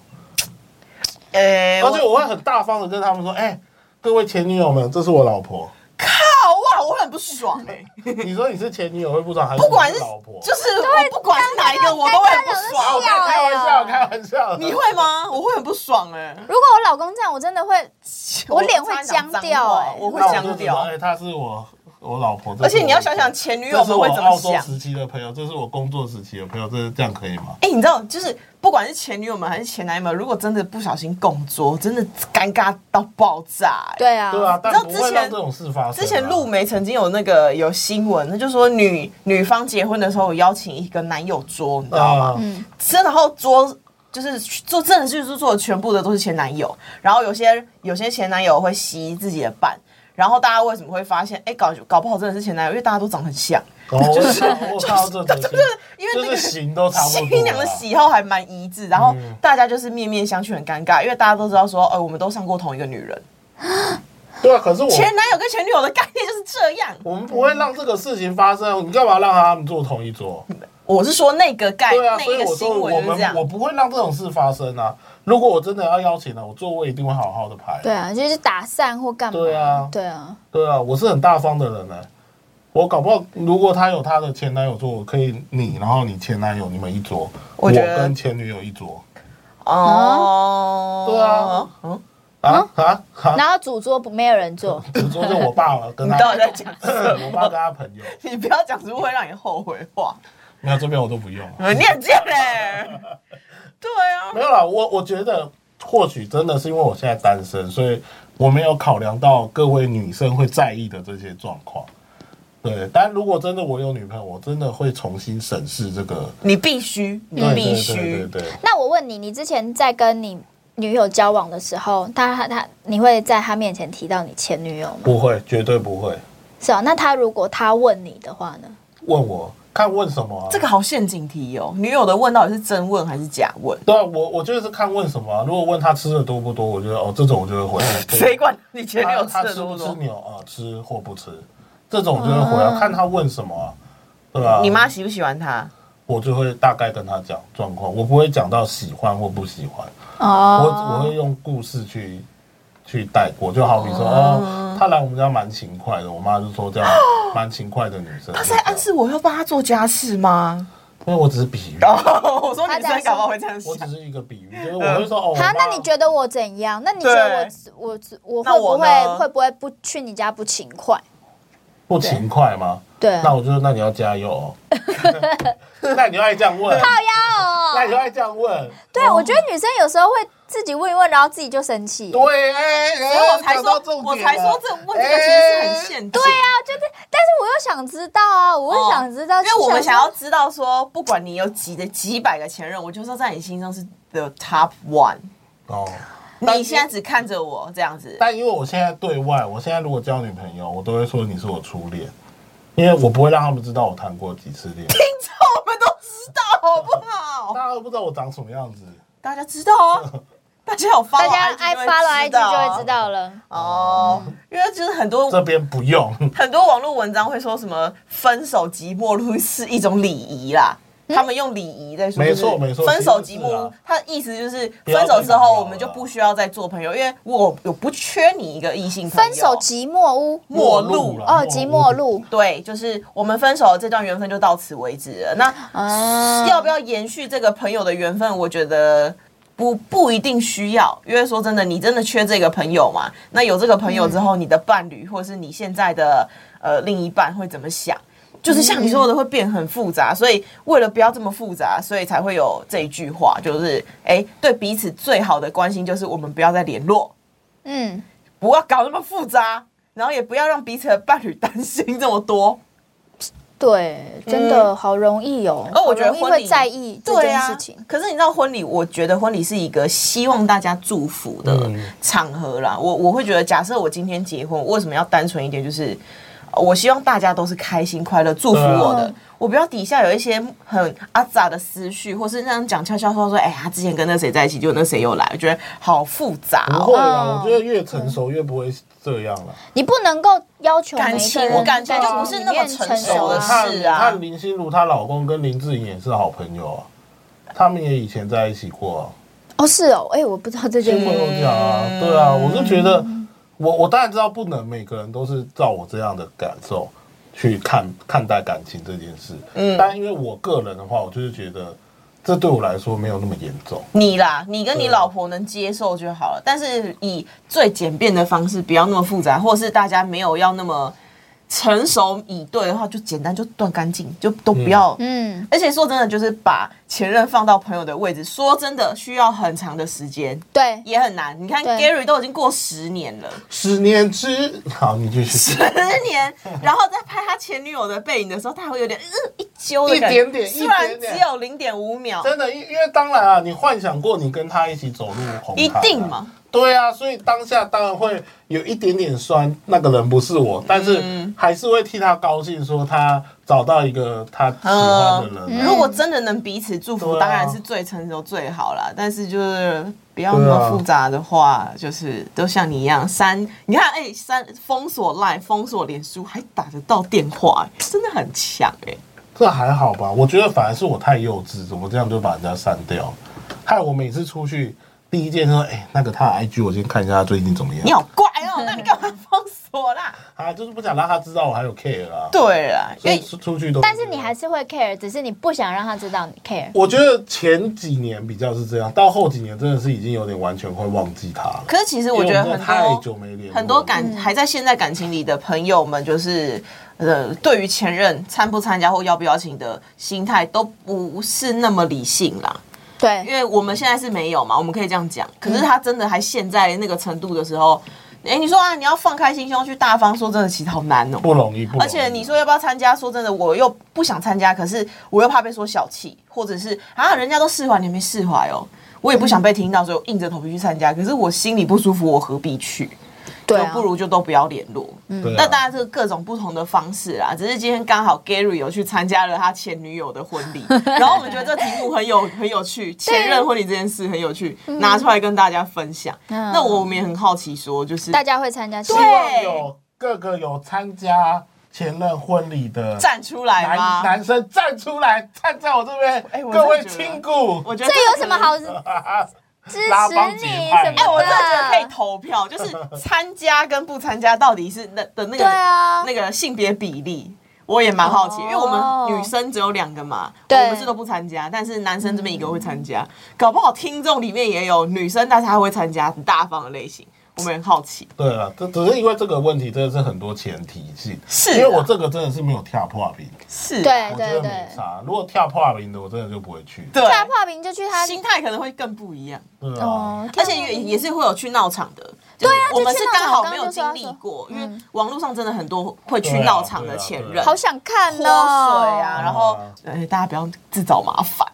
[SPEAKER 1] 哎、
[SPEAKER 3] 而且我会哦很大方的跟他们说，哎、各位前女友们，这是我老婆。
[SPEAKER 1] 靠哇，我很不爽哎、
[SPEAKER 3] 你说你是前女友会不爽，还是
[SPEAKER 1] 不管
[SPEAKER 3] 你
[SPEAKER 1] 是
[SPEAKER 3] 是老婆？
[SPEAKER 1] 就是我不管是哪一个，我都会很不
[SPEAKER 3] 啊，
[SPEAKER 1] 爽。
[SPEAKER 3] 我在开玩笑，开玩笑。
[SPEAKER 1] 你会吗？我会很不爽哎、
[SPEAKER 5] 如果我老公这样，我真的会我脸会僵掉哎、
[SPEAKER 1] 我会
[SPEAKER 3] 那我就
[SPEAKER 1] 僵
[SPEAKER 3] 知道
[SPEAKER 1] 掉。
[SPEAKER 3] 哎、她是我我老婆。这
[SPEAKER 1] 而
[SPEAKER 3] 是
[SPEAKER 1] 且你
[SPEAKER 3] 我
[SPEAKER 1] 要
[SPEAKER 3] 老
[SPEAKER 1] 想
[SPEAKER 3] 婆
[SPEAKER 1] 想前女友
[SPEAKER 3] 这是
[SPEAKER 1] 们
[SPEAKER 3] 我
[SPEAKER 1] 会怎么
[SPEAKER 3] 澳洲
[SPEAKER 1] 想。
[SPEAKER 3] 时期的朋友，这是我工作时期的朋友，这是这样可以吗？
[SPEAKER 1] 哎、你知道，就是不管是前女友们还是前男友们，如果真的不小心共桌，真的尴尬到爆炸、欸。
[SPEAKER 5] 对啊，
[SPEAKER 3] 对啊，但
[SPEAKER 1] 知道
[SPEAKER 3] 不
[SPEAKER 1] 之
[SPEAKER 3] 会
[SPEAKER 1] 前
[SPEAKER 3] 让这种事发生啊。
[SPEAKER 1] 之前陆梅曾经有那个有新闻，那就说女女方结婚的时候有邀请一个男友桌，你知道吗？
[SPEAKER 3] 啊，
[SPEAKER 1] 真的，然后桌就是做真的就是做的全部的都是前男友，然后有些有些前男友会吸自己的伴，然后大家为什么会发现，哎，搞搞不好真的是前男友，因为大家都长得很像，
[SPEAKER 3] 哦我我看到这种新闻，
[SPEAKER 1] 因为那
[SPEAKER 3] 就
[SPEAKER 1] 个
[SPEAKER 3] 是型都差不多啊。嗯
[SPEAKER 1] 新娘的喜好还蛮一致，然后大家就是面面相觑，很尴尬，因为大家都知道说，呃，我们都上过同一个女人，
[SPEAKER 3] 对啊，可是我
[SPEAKER 1] 前男友跟前女友的概念就是这样。
[SPEAKER 3] 我们不会让这个事情发生，你干嘛让他们坐同一桌？
[SPEAKER 1] 我是说那个概，
[SPEAKER 3] 对啊，
[SPEAKER 1] 那
[SPEAKER 3] 所以
[SPEAKER 1] 一个
[SPEAKER 3] 我说
[SPEAKER 1] 新
[SPEAKER 3] 我
[SPEAKER 1] 闻就是这
[SPEAKER 3] 们
[SPEAKER 1] 样
[SPEAKER 3] 我。不会让这种事发生啊。如果我真的要邀请了，我座位一定会好好的排。
[SPEAKER 5] 对啊，就是打散或干嘛？
[SPEAKER 3] 对啊
[SPEAKER 5] 对啊，
[SPEAKER 3] 对啊，我是很大方的人呢、欸我搞不好，如果他有他的前男友桌，我可以你，然后你前男友你们一桌，
[SPEAKER 1] 我
[SPEAKER 3] 我
[SPEAKER 1] 觉得
[SPEAKER 3] 跟前女友一桌
[SPEAKER 1] 哦，
[SPEAKER 3] 对啊，
[SPEAKER 1] 嗯，
[SPEAKER 3] 啊啊啊！
[SPEAKER 5] 然后主桌不没有人坐，
[SPEAKER 3] 只说是我爸跟
[SPEAKER 1] 你
[SPEAKER 3] 他，
[SPEAKER 1] 到底在讲什
[SPEAKER 3] 我爸
[SPEAKER 1] 么？
[SPEAKER 3] 跟他朋友，
[SPEAKER 1] 你不要讲出会让你后悔的话，
[SPEAKER 3] 没有这边我都不用啊。
[SPEAKER 1] 你很贱嘞。哎对啊
[SPEAKER 3] 没，有啦，我我觉得或许真的是因为我现在单身，所以我没有考量到各位女生会在意的这些状况。对，但如果真的我有女朋友，我真的会重新审视这个。
[SPEAKER 1] 你必须，你
[SPEAKER 3] 对
[SPEAKER 1] 嗯必
[SPEAKER 3] 对对对
[SPEAKER 1] 须。
[SPEAKER 3] 对，
[SPEAKER 5] 那我问你，你之前在跟你女友交往的时候，他他他，你会在他面前提到你前女友吗？
[SPEAKER 3] 不会，绝对不会。
[SPEAKER 5] 是啊，那他如果他问你的话呢？
[SPEAKER 3] 问我看问什么、啊？
[SPEAKER 1] 这个好陷阱题哦，女友的问到底是真问还是假问？
[SPEAKER 3] 对啊，我我就是看问什么啊、如果问他吃的多不多，我觉得哦，这种我就会回。
[SPEAKER 1] 谁管你前女
[SPEAKER 3] 他
[SPEAKER 1] 友
[SPEAKER 3] 他
[SPEAKER 1] 吃
[SPEAKER 3] 吃
[SPEAKER 1] 的多
[SPEAKER 3] 不
[SPEAKER 1] 不
[SPEAKER 3] 吃
[SPEAKER 1] 多？
[SPEAKER 3] 牛啊？吃或不吃，这种我就会回啊，看他问什么啊，对吧、
[SPEAKER 1] 你妈喜不喜欢他？
[SPEAKER 3] 我就会大概跟他讲状况，我不会讲到喜欢或不喜欢，我我
[SPEAKER 5] 哦，
[SPEAKER 3] 会用故事去去带过，就好比说，哦，她来我们家蛮勤快的，我妈就说 这样蛮勤快的女生，
[SPEAKER 1] 她在暗示我要帮她做家事吗？
[SPEAKER 3] 因为我只是比喻，
[SPEAKER 1] 哦，我说女
[SPEAKER 5] 她在
[SPEAKER 1] 生搞不好会这样
[SPEAKER 3] 我
[SPEAKER 1] 想
[SPEAKER 3] 只。是一个比喻，就是我会说哦，我
[SPEAKER 5] 好
[SPEAKER 3] 妈，
[SPEAKER 5] 那你觉得我怎样？那你觉得我我我
[SPEAKER 1] 那
[SPEAKER 5] 会
[SPEAKER 1] 我
[SPEAKER 5] 不
[SPEAKER 1] 呢
[SPEAKER 5] 会会不会不去你家不勤快？
[SPEAKER 3] 不勤快吗？
[SPEAKER 5] 对啊，
[SPEAKER 3] 那我就说，那你要加油 哦。那你就爱这样问，那你就爱这样问。
[SPEAKER 5] 对，啊我觉得女生有时候会自己问一问，然后自己就生气。对
[SPEAKER 3] 对，哎，所
[SPEAKER 1] 所以我才说，我才说这问这个其实是很陷阱。对
[SPEAKER 5] 啊，就是，但是我又想知道啊，我又想知道，
[SPEAKER 1] 哦因为我们
[SPEAKER 5] 就
[SPEAKER 1] 想
[SPEAKER 5] 说
[SPEAKER 1] 要知道说，不管你有几的几百个前任，我就说在你心中是 the top one。
[SPEAKER 3] 哦。
[SPEAKER 1] 你现在只看着我这样子，
[SPEAKER 3] 但因为我现在对外，我现在如果交女朋友，我都会说你是我初恋，因为我不会让他们知道我谈过几次 恋爱，
[SPEAKER 1] 这 我们都知道好不好？
[SPEAKER 3] 大家都不知道我长什么样子。
[SPEAKER 1] 大家知道 啊，大家有 follow
[SPEAKER 5] 大家爱 follow IG 就会知
[SPEAKER 1] 道
[SPEAKER 5] 道嗯了。
[SPEAKER 1] 啊哦，因为就是很多
[SPEAKER 3] 这边不用，
[SPEAKER 1] 很多网络文章会说什么分手即陌路是一种礼仪啦。
[SPEAKER 5] 嗯
[SPEAKER 1] 他们用礼仪在说，
[SPEAKER 3] 没
[SPEAKER 1] 就是
[SPEAKER 3] 错没错
[SPEAKER 1] 分手
[SPEAKER 3] 其
[SPEAKER 1] 即
[SPEAKER 3] 实是
[SPEAKER 1] 陌路
[SPEAKER 3] 啊，
[SPEAKER 1] 他的意思就是
[SPEAKER 3] 不要
[SPEAKER 1] 分手之
[SPEAKER 3] 再朋友
[SPEAKER 1] 后
[SPEAKER 3] 了
[SPEAKER 1] 我们就不需要再做朋友，因为我我不缺你一个异性朋友。
[SPEAKER 5] 分手即莫屋
[SPEAKER 1] 陌路
[SPEAKER 3] 啦
[SPEAKER 5] 哦，即莫。路
[SPEAKER 1] 对，就是我们分手了这段缘分就到此为止了。那
[SPEAKER 5] 啊，
[SPEAKER 1] 要不要延续这个朋友的缘分？我觉得不不一定需要，因为说真的，你真的缺这个朋友嘛？那有这个朋友之后，你的伴侣或是你现在的呃另一半会怎么想？就是像你说的，会变很复杂，所以为了不要这么复杂，所以才会有这一句话，就是哎、对彼此最好的关心就是我们不要再联络，
[SPEAKER 5] 嗯，
[SPEAKER 1] 不要搞那么复杂，然后也不要让彼此的伴侣担心这么多。
[SPEAKER 5] 对，真的好容易哦，
[SPEAKER 1] 嗯而我觉得
[SPEAKER 5] 好容易
[SPEAKER 1] 婚
[SPEAKER 5] 会
[SPEAKER 1] 礼
[SPEAKER 5] 在意这
[SPEAKER 1] 对
[SPEAKER 5] 件
[SPEAKER 1] 啊
[SPEAKER 5] 事情。
[SPEAKER 1] 可是你知道婚礼，我觉得婚礼是一个希望大家祝福的
[SPEAKER 3] 嗯
[SPEAKER 1] 场合啦。我我会觉得，假设我今天结婚，我为什么要单纯一点？就是呃我希望大家都是开心快乐，祝福我的。
[SPEAKER 3] 啊
[SPEAKER 5] 嗯
[SPEAKER 1] 我不要底下有一些很阿杂的思绪，或是那样讲悄悄话说，哎、他之前跟那谁在一起，就那谁又来，我觉得好复杂
[SPEAKER 3] 不
[SPEAKER 1] 哦。
[SPEAKER 3] 会啦，
[SPEAKER 5] 哦
[SPEAKER 3] 我觉得越成熟越不会这样了。
[SPEAKER 5] 你不能够要求
[SPEAKER 1] 感
[SPEAKER 5] 每一
[SPEAKER 1] 情
[SPEAKER 5] 个人
[SPEAKER 1] 我感觉
[SPEAKER 5] 在
[SPEAKER 1] 就不是那么
[SPEAKER 5] 里面
[SPEAKER 1] 成
[SPEAKER 5] 成
[SPEAKER 1] 熟
[SPEAKER 5] 熟
[SPEAKER 1] 的
[SPEAKER 3] 我
[SPEAKER 5] 啊
[SPEAKER 1] 事
[SPEAKER 3] 看，
[SPEAKER 1] 是
[SPEAKER 3] 哦你
[SPEAKER 1] 啊
[SPEAKER 3] 看林心如她老公跟林志颖也是好朋友啊，他们也以前在一起过、啊。
[SPEAKER 5] 哦，是哦，哎，我不知道这件
[SPEAKER 3] 新闻
[SPEAKER 1] 嗯
[SPEAKER 5] 事。
[SPEAKER 3] 有讲啊，对啊，我是觉得，我我当然知道不能每个人都是照我这样的感受去看看待感情这件事，嗯，但因为我个人的话，我就是觉得这对我来说没有那么严重，
[SPEAKER 1] 你啦，你跟你
[SPEAKER 3] 对啊
[SPEAKER 1] 老婆能接受就好了，但是以最简便的方式，不要那么复杂，或是大家没有要那么成熟以对的话，就简单就断干净，就都不要。
[SPEAKER 5] 嗯，
[SPEAKER 1] 而且说真的，就是把前任放到朋友的位置，说真的需要很长的时间，
[SPEAKER 5] 对，
[SPEAKER 1] 也很难。你看
[SPEAKER 5] 对
[SPEAKER 1] Gary 都已经过十年了，
[SPEAKER 3] 十年之好，你继续，
[SPEAKER 1] 十 年，然后在拍他前女友的背影的时候，他还会有点呃一揪的感觉，
[SPEAKER 3] 一点点一
[SPEAKER 1] 虽然
[SPEAKER 3] 点点
[SPEAKER 1] 只有零点五秒，
[SPEAKER 3] 真的，因因为当然啊，你幻想过你跟他一起走入红
[SPEAKER 1] 一
[SPEAKER 3] 毯、啊，
[SPEAKER 1] 定嘛？
[SPEAKER 3] 对啊，所以当下当然会有一点点酸，那个人不是我，但是还是会替他高兴，说他找到一个他喜欢的人、啊。
[SPEAKER 1] 如果真的能彼此祝福，
[SPEAKER 3] 对啊
[SPEAKER 1] 当然是最成熟最好啦。但是就是不要那
[SPEAKER 3] 啊
[SPEAKER 1] 么复杂的话，就是都像你一样删。你看，哎、删封锁 Line、封锁脸书，还打得到电话、哎真的很强哎、
[SPEAKER 3] 这还好吧？我觉得反而是我太幼稚，怎么这样就把人家删掉？害我每次出去第一件事说，哎、那个他的 IG 我先看一下他最近怎么
[SPEAKER 1] 你
[SPEAKER 3] 样。
[SPEAKER 1] 好怪 哦、那你干嘛封锁啦？
[SPEAKER 3] 啊，就是不想让他知道我还有 care 啊。
[SPEAKER 1] 对啦，因
[SPEAKER 3] 所以
[SPEAKER 1] 为
[SPEAKER 3] 出出去都。
[SPEAKER 5] 但是你还。是会 care，只是你不想让他知道你 care。
[SPEAKER 3] 我觉得前几年比较是这样，到后几年真的是已经有点完全会忘记他了。
[SPEAKER 1] 可是其实我觉得
[SPEAKER 3] 因
[SPEAKER 1] 很
[SPEAKER 3] 为们真的太
[SPEAKER 1] 多
[SPEAKER 3] 久没联络了
[SPEAKER 1] 很多感还在现在感情里的朋友们，就是呃，对于前任参不参加或邀不邀请的心态，都不是那么理性啦。因
[SPEAKER 5] 对，
[SPEAKER 1] 为我们现在是没有嘛，我们可以这样
[SPEAKER 5] 嗯
[SPEAKER 1] 讲。可是他真的还陷在那个程度的时候，哎、你说啊，你要放开心胸去大方，说真的，其实好难哦、
[SPEAKER 3] 不容易，不容易
[SPEAKER 1] 而且你说要不要参加？说真的，我又不想参加，可是我又怕被说小气，或者是啊，人家都释怀，你还没释怀哦。我也不想被听到，所以我硬着头皮去参加。可是我心里不舒服，我何必去？
[SPEAKER 5] 对
[SPEAKER 1] 就
[SPEAKER 5] 啊
[SPEAKER 1] 不如就都不要联络。
[SPEAKER 3] 对啊
[SPEAKER 1] 那大家这个各种不同的方式啦，只是今天刚好 Gary 有去参加了他前女友的婚礼， 然后我们觉得这题目很有很有趣，前任婚礼这件事很有趣，拿出来跟大家分享。
[SPEAKER 5] 嗯
[SPEAKER 1] 那我们也很好奇说，就是
[SPEAKER 5] 大家会参加。
[SPEAKER 3] 希望
[SPEAKER 1] 对啊
[SPEAKER 3] 有各个有参加前任婚礼的
[SPEAKER 1] 站出来
[SPEAKER 3] 男
[SPEAKER 1] 吗？
[SPEAKER 3] 男生站出来，站在我这边，
[SPEAKER 1] 哎我真的
[SPEAKER 3] 各位
[SPEAKER 1] 觉得
[SPEAKER 3] 亲骨，
[SPEAKER 1] 我觉得
[SPEAKER 5] 这有什么好
[SPEAKER 1] 可能？
[SPEAKER 5] 支
[SPEAKER 3] 拉
[SPEAKER 5] 持
[SPEAKER 3] 帮
[SPEAKER 5] 你
[SPEAKER 3] 结
[SPEAKER 5] 什
[SPEAKER 3] 派
[SPEAKER 1] 哎，
[SPEAKER 5] 么
[SPEAKER 1] 我真的觉得可以
[SPEAKER 5] 的？
[SPEAKER 1] 投票，就是参加跟不参加到底是那的那个
[SPEAKER 5] 对啊
[SPEAKER 1] 那个性别比例。我也蛮好奇，
[SPEAKER 5] 哦
[SPEAKER 1] 因为我们女生只有两个嘛，
[SPEAKER 5] 对
[SPEAKER 1] 我们是都不参加，但是男生这边一个会参加，搞不好听众里面也有女生，但是她会参加很大方的类型。我们很好奇。
[SPEAKER 3] 对啊，这只是因为这个问题真的是很多前提性，
[SPEAKER 1] 是啊
[SPEAKER 3] 因为我这个真的是没有跳破冰，
[SPEAKER 1] 是，
[SPEAKER 5] 对
[SPEAKER 3] 我觉
[SPEAKER 5] 对
[SPEAKER 3] 得没
[SPEAKER 5] 对，
[SPEAKER 3] 差。如果跳破冰的，我真的就不会去。
[SPEAKER 1] 对，
[SPEAKER 5] 下画饼就去他
[SPEAKER 1] 心态可能会更不一样，
[SPEAKER 3] 对啊，
[SPEAKER 5] 哦，
[SPEAKER 1] 而且也也是会有去闹场的。对
[SPEAKER 5] 啊
[SPEAKER 1] 我们
[SPEAKER 5] 就是去闹
[SPEAKER 1] 刚
[SPEAKER 5] 场
[SPEAKER 1] 好
[SPEAKER 5] 我刚
[SPEAKER 1] 没
[SPEAKER 5] 刚
[SPEAKER 1] 有
[SPEAKER 5] 就
[SPEAKER 1] 经
[SPEAKER 5] 说要
[SPEAKER 1] 历
[SPEAKER 5] 说
[SPEAKER 1] 过，因为
[SPEAKER 5] 嗯
[SPEAKER 1] 网络上真的很多会去
[SPEAKER 3] 对啊
[SPEAKER 1] 闹场的
[SPEAKER 3] 对啊
[SPEAKER 1] 前
[SPEAKER 3] 对啊
[SPEAKER 1] 任，
[SPEAKER 5] 好想看
[SPEAKER 1] 泼水啊，
[SPEAKER 5] 哦，
[SPEAKER 1] 然后
[SPEAKER 3] 啊
[SPEAKER 1] 呃，大家不要自找麻烦。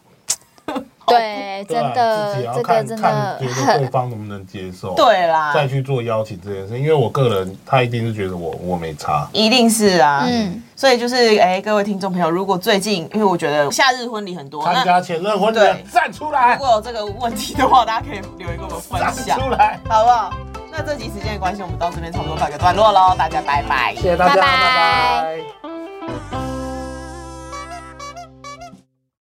[SPEAKER 5] 对，
[SPEAKER 3] 对啊
[SPEAKER 5] 真的
[SPEAKER 3] 自己要
[SPEAKER 5] 这个
[SPEAKER 3] 看
[SPEAKER 5] 真
[SPEAKER 3] 看
[SPEAKER 5] 的
[SPEAKER 3] 觉得对
[SPEAKER 5] 很
[SPEAKER 3] 方能不能接受，，
[SPEAKER 1] 对啊啦，
[SPEAKER 3] 再去做邀请这件事。因为我个人，他一定是觉得我我没差，
[SPEAKER 1] 一定是啊，
[SPEAKER 5] 嗯
[SPEAKER 1] 所以就是哎、各位听众朋友，如果最近，因为我觉得夏日婚礼很多，
[SPEAKER 3] 参
[SPEAKER 1] 那
[SPEAKER 3] 加前任婚礼
[SPEAKER 1] 对
[SPEAKER 3] 站出来
[SPEAKER 1] 如，果有这个问题的话，大家可以留言跟我们分
[SPEAKER 3] 站
[SPEAKER 1] 享，
[SPEAKER 3] 出来，
[SPEAKER 1] 好不好？那这集时间的关系，我们到这边差不多告一个段落喽，大家拜拜。
[SPEAKER 3] 谢谢大家，
[SPEAKER 5] 拜拜
[SPEAKER 3] 拜拜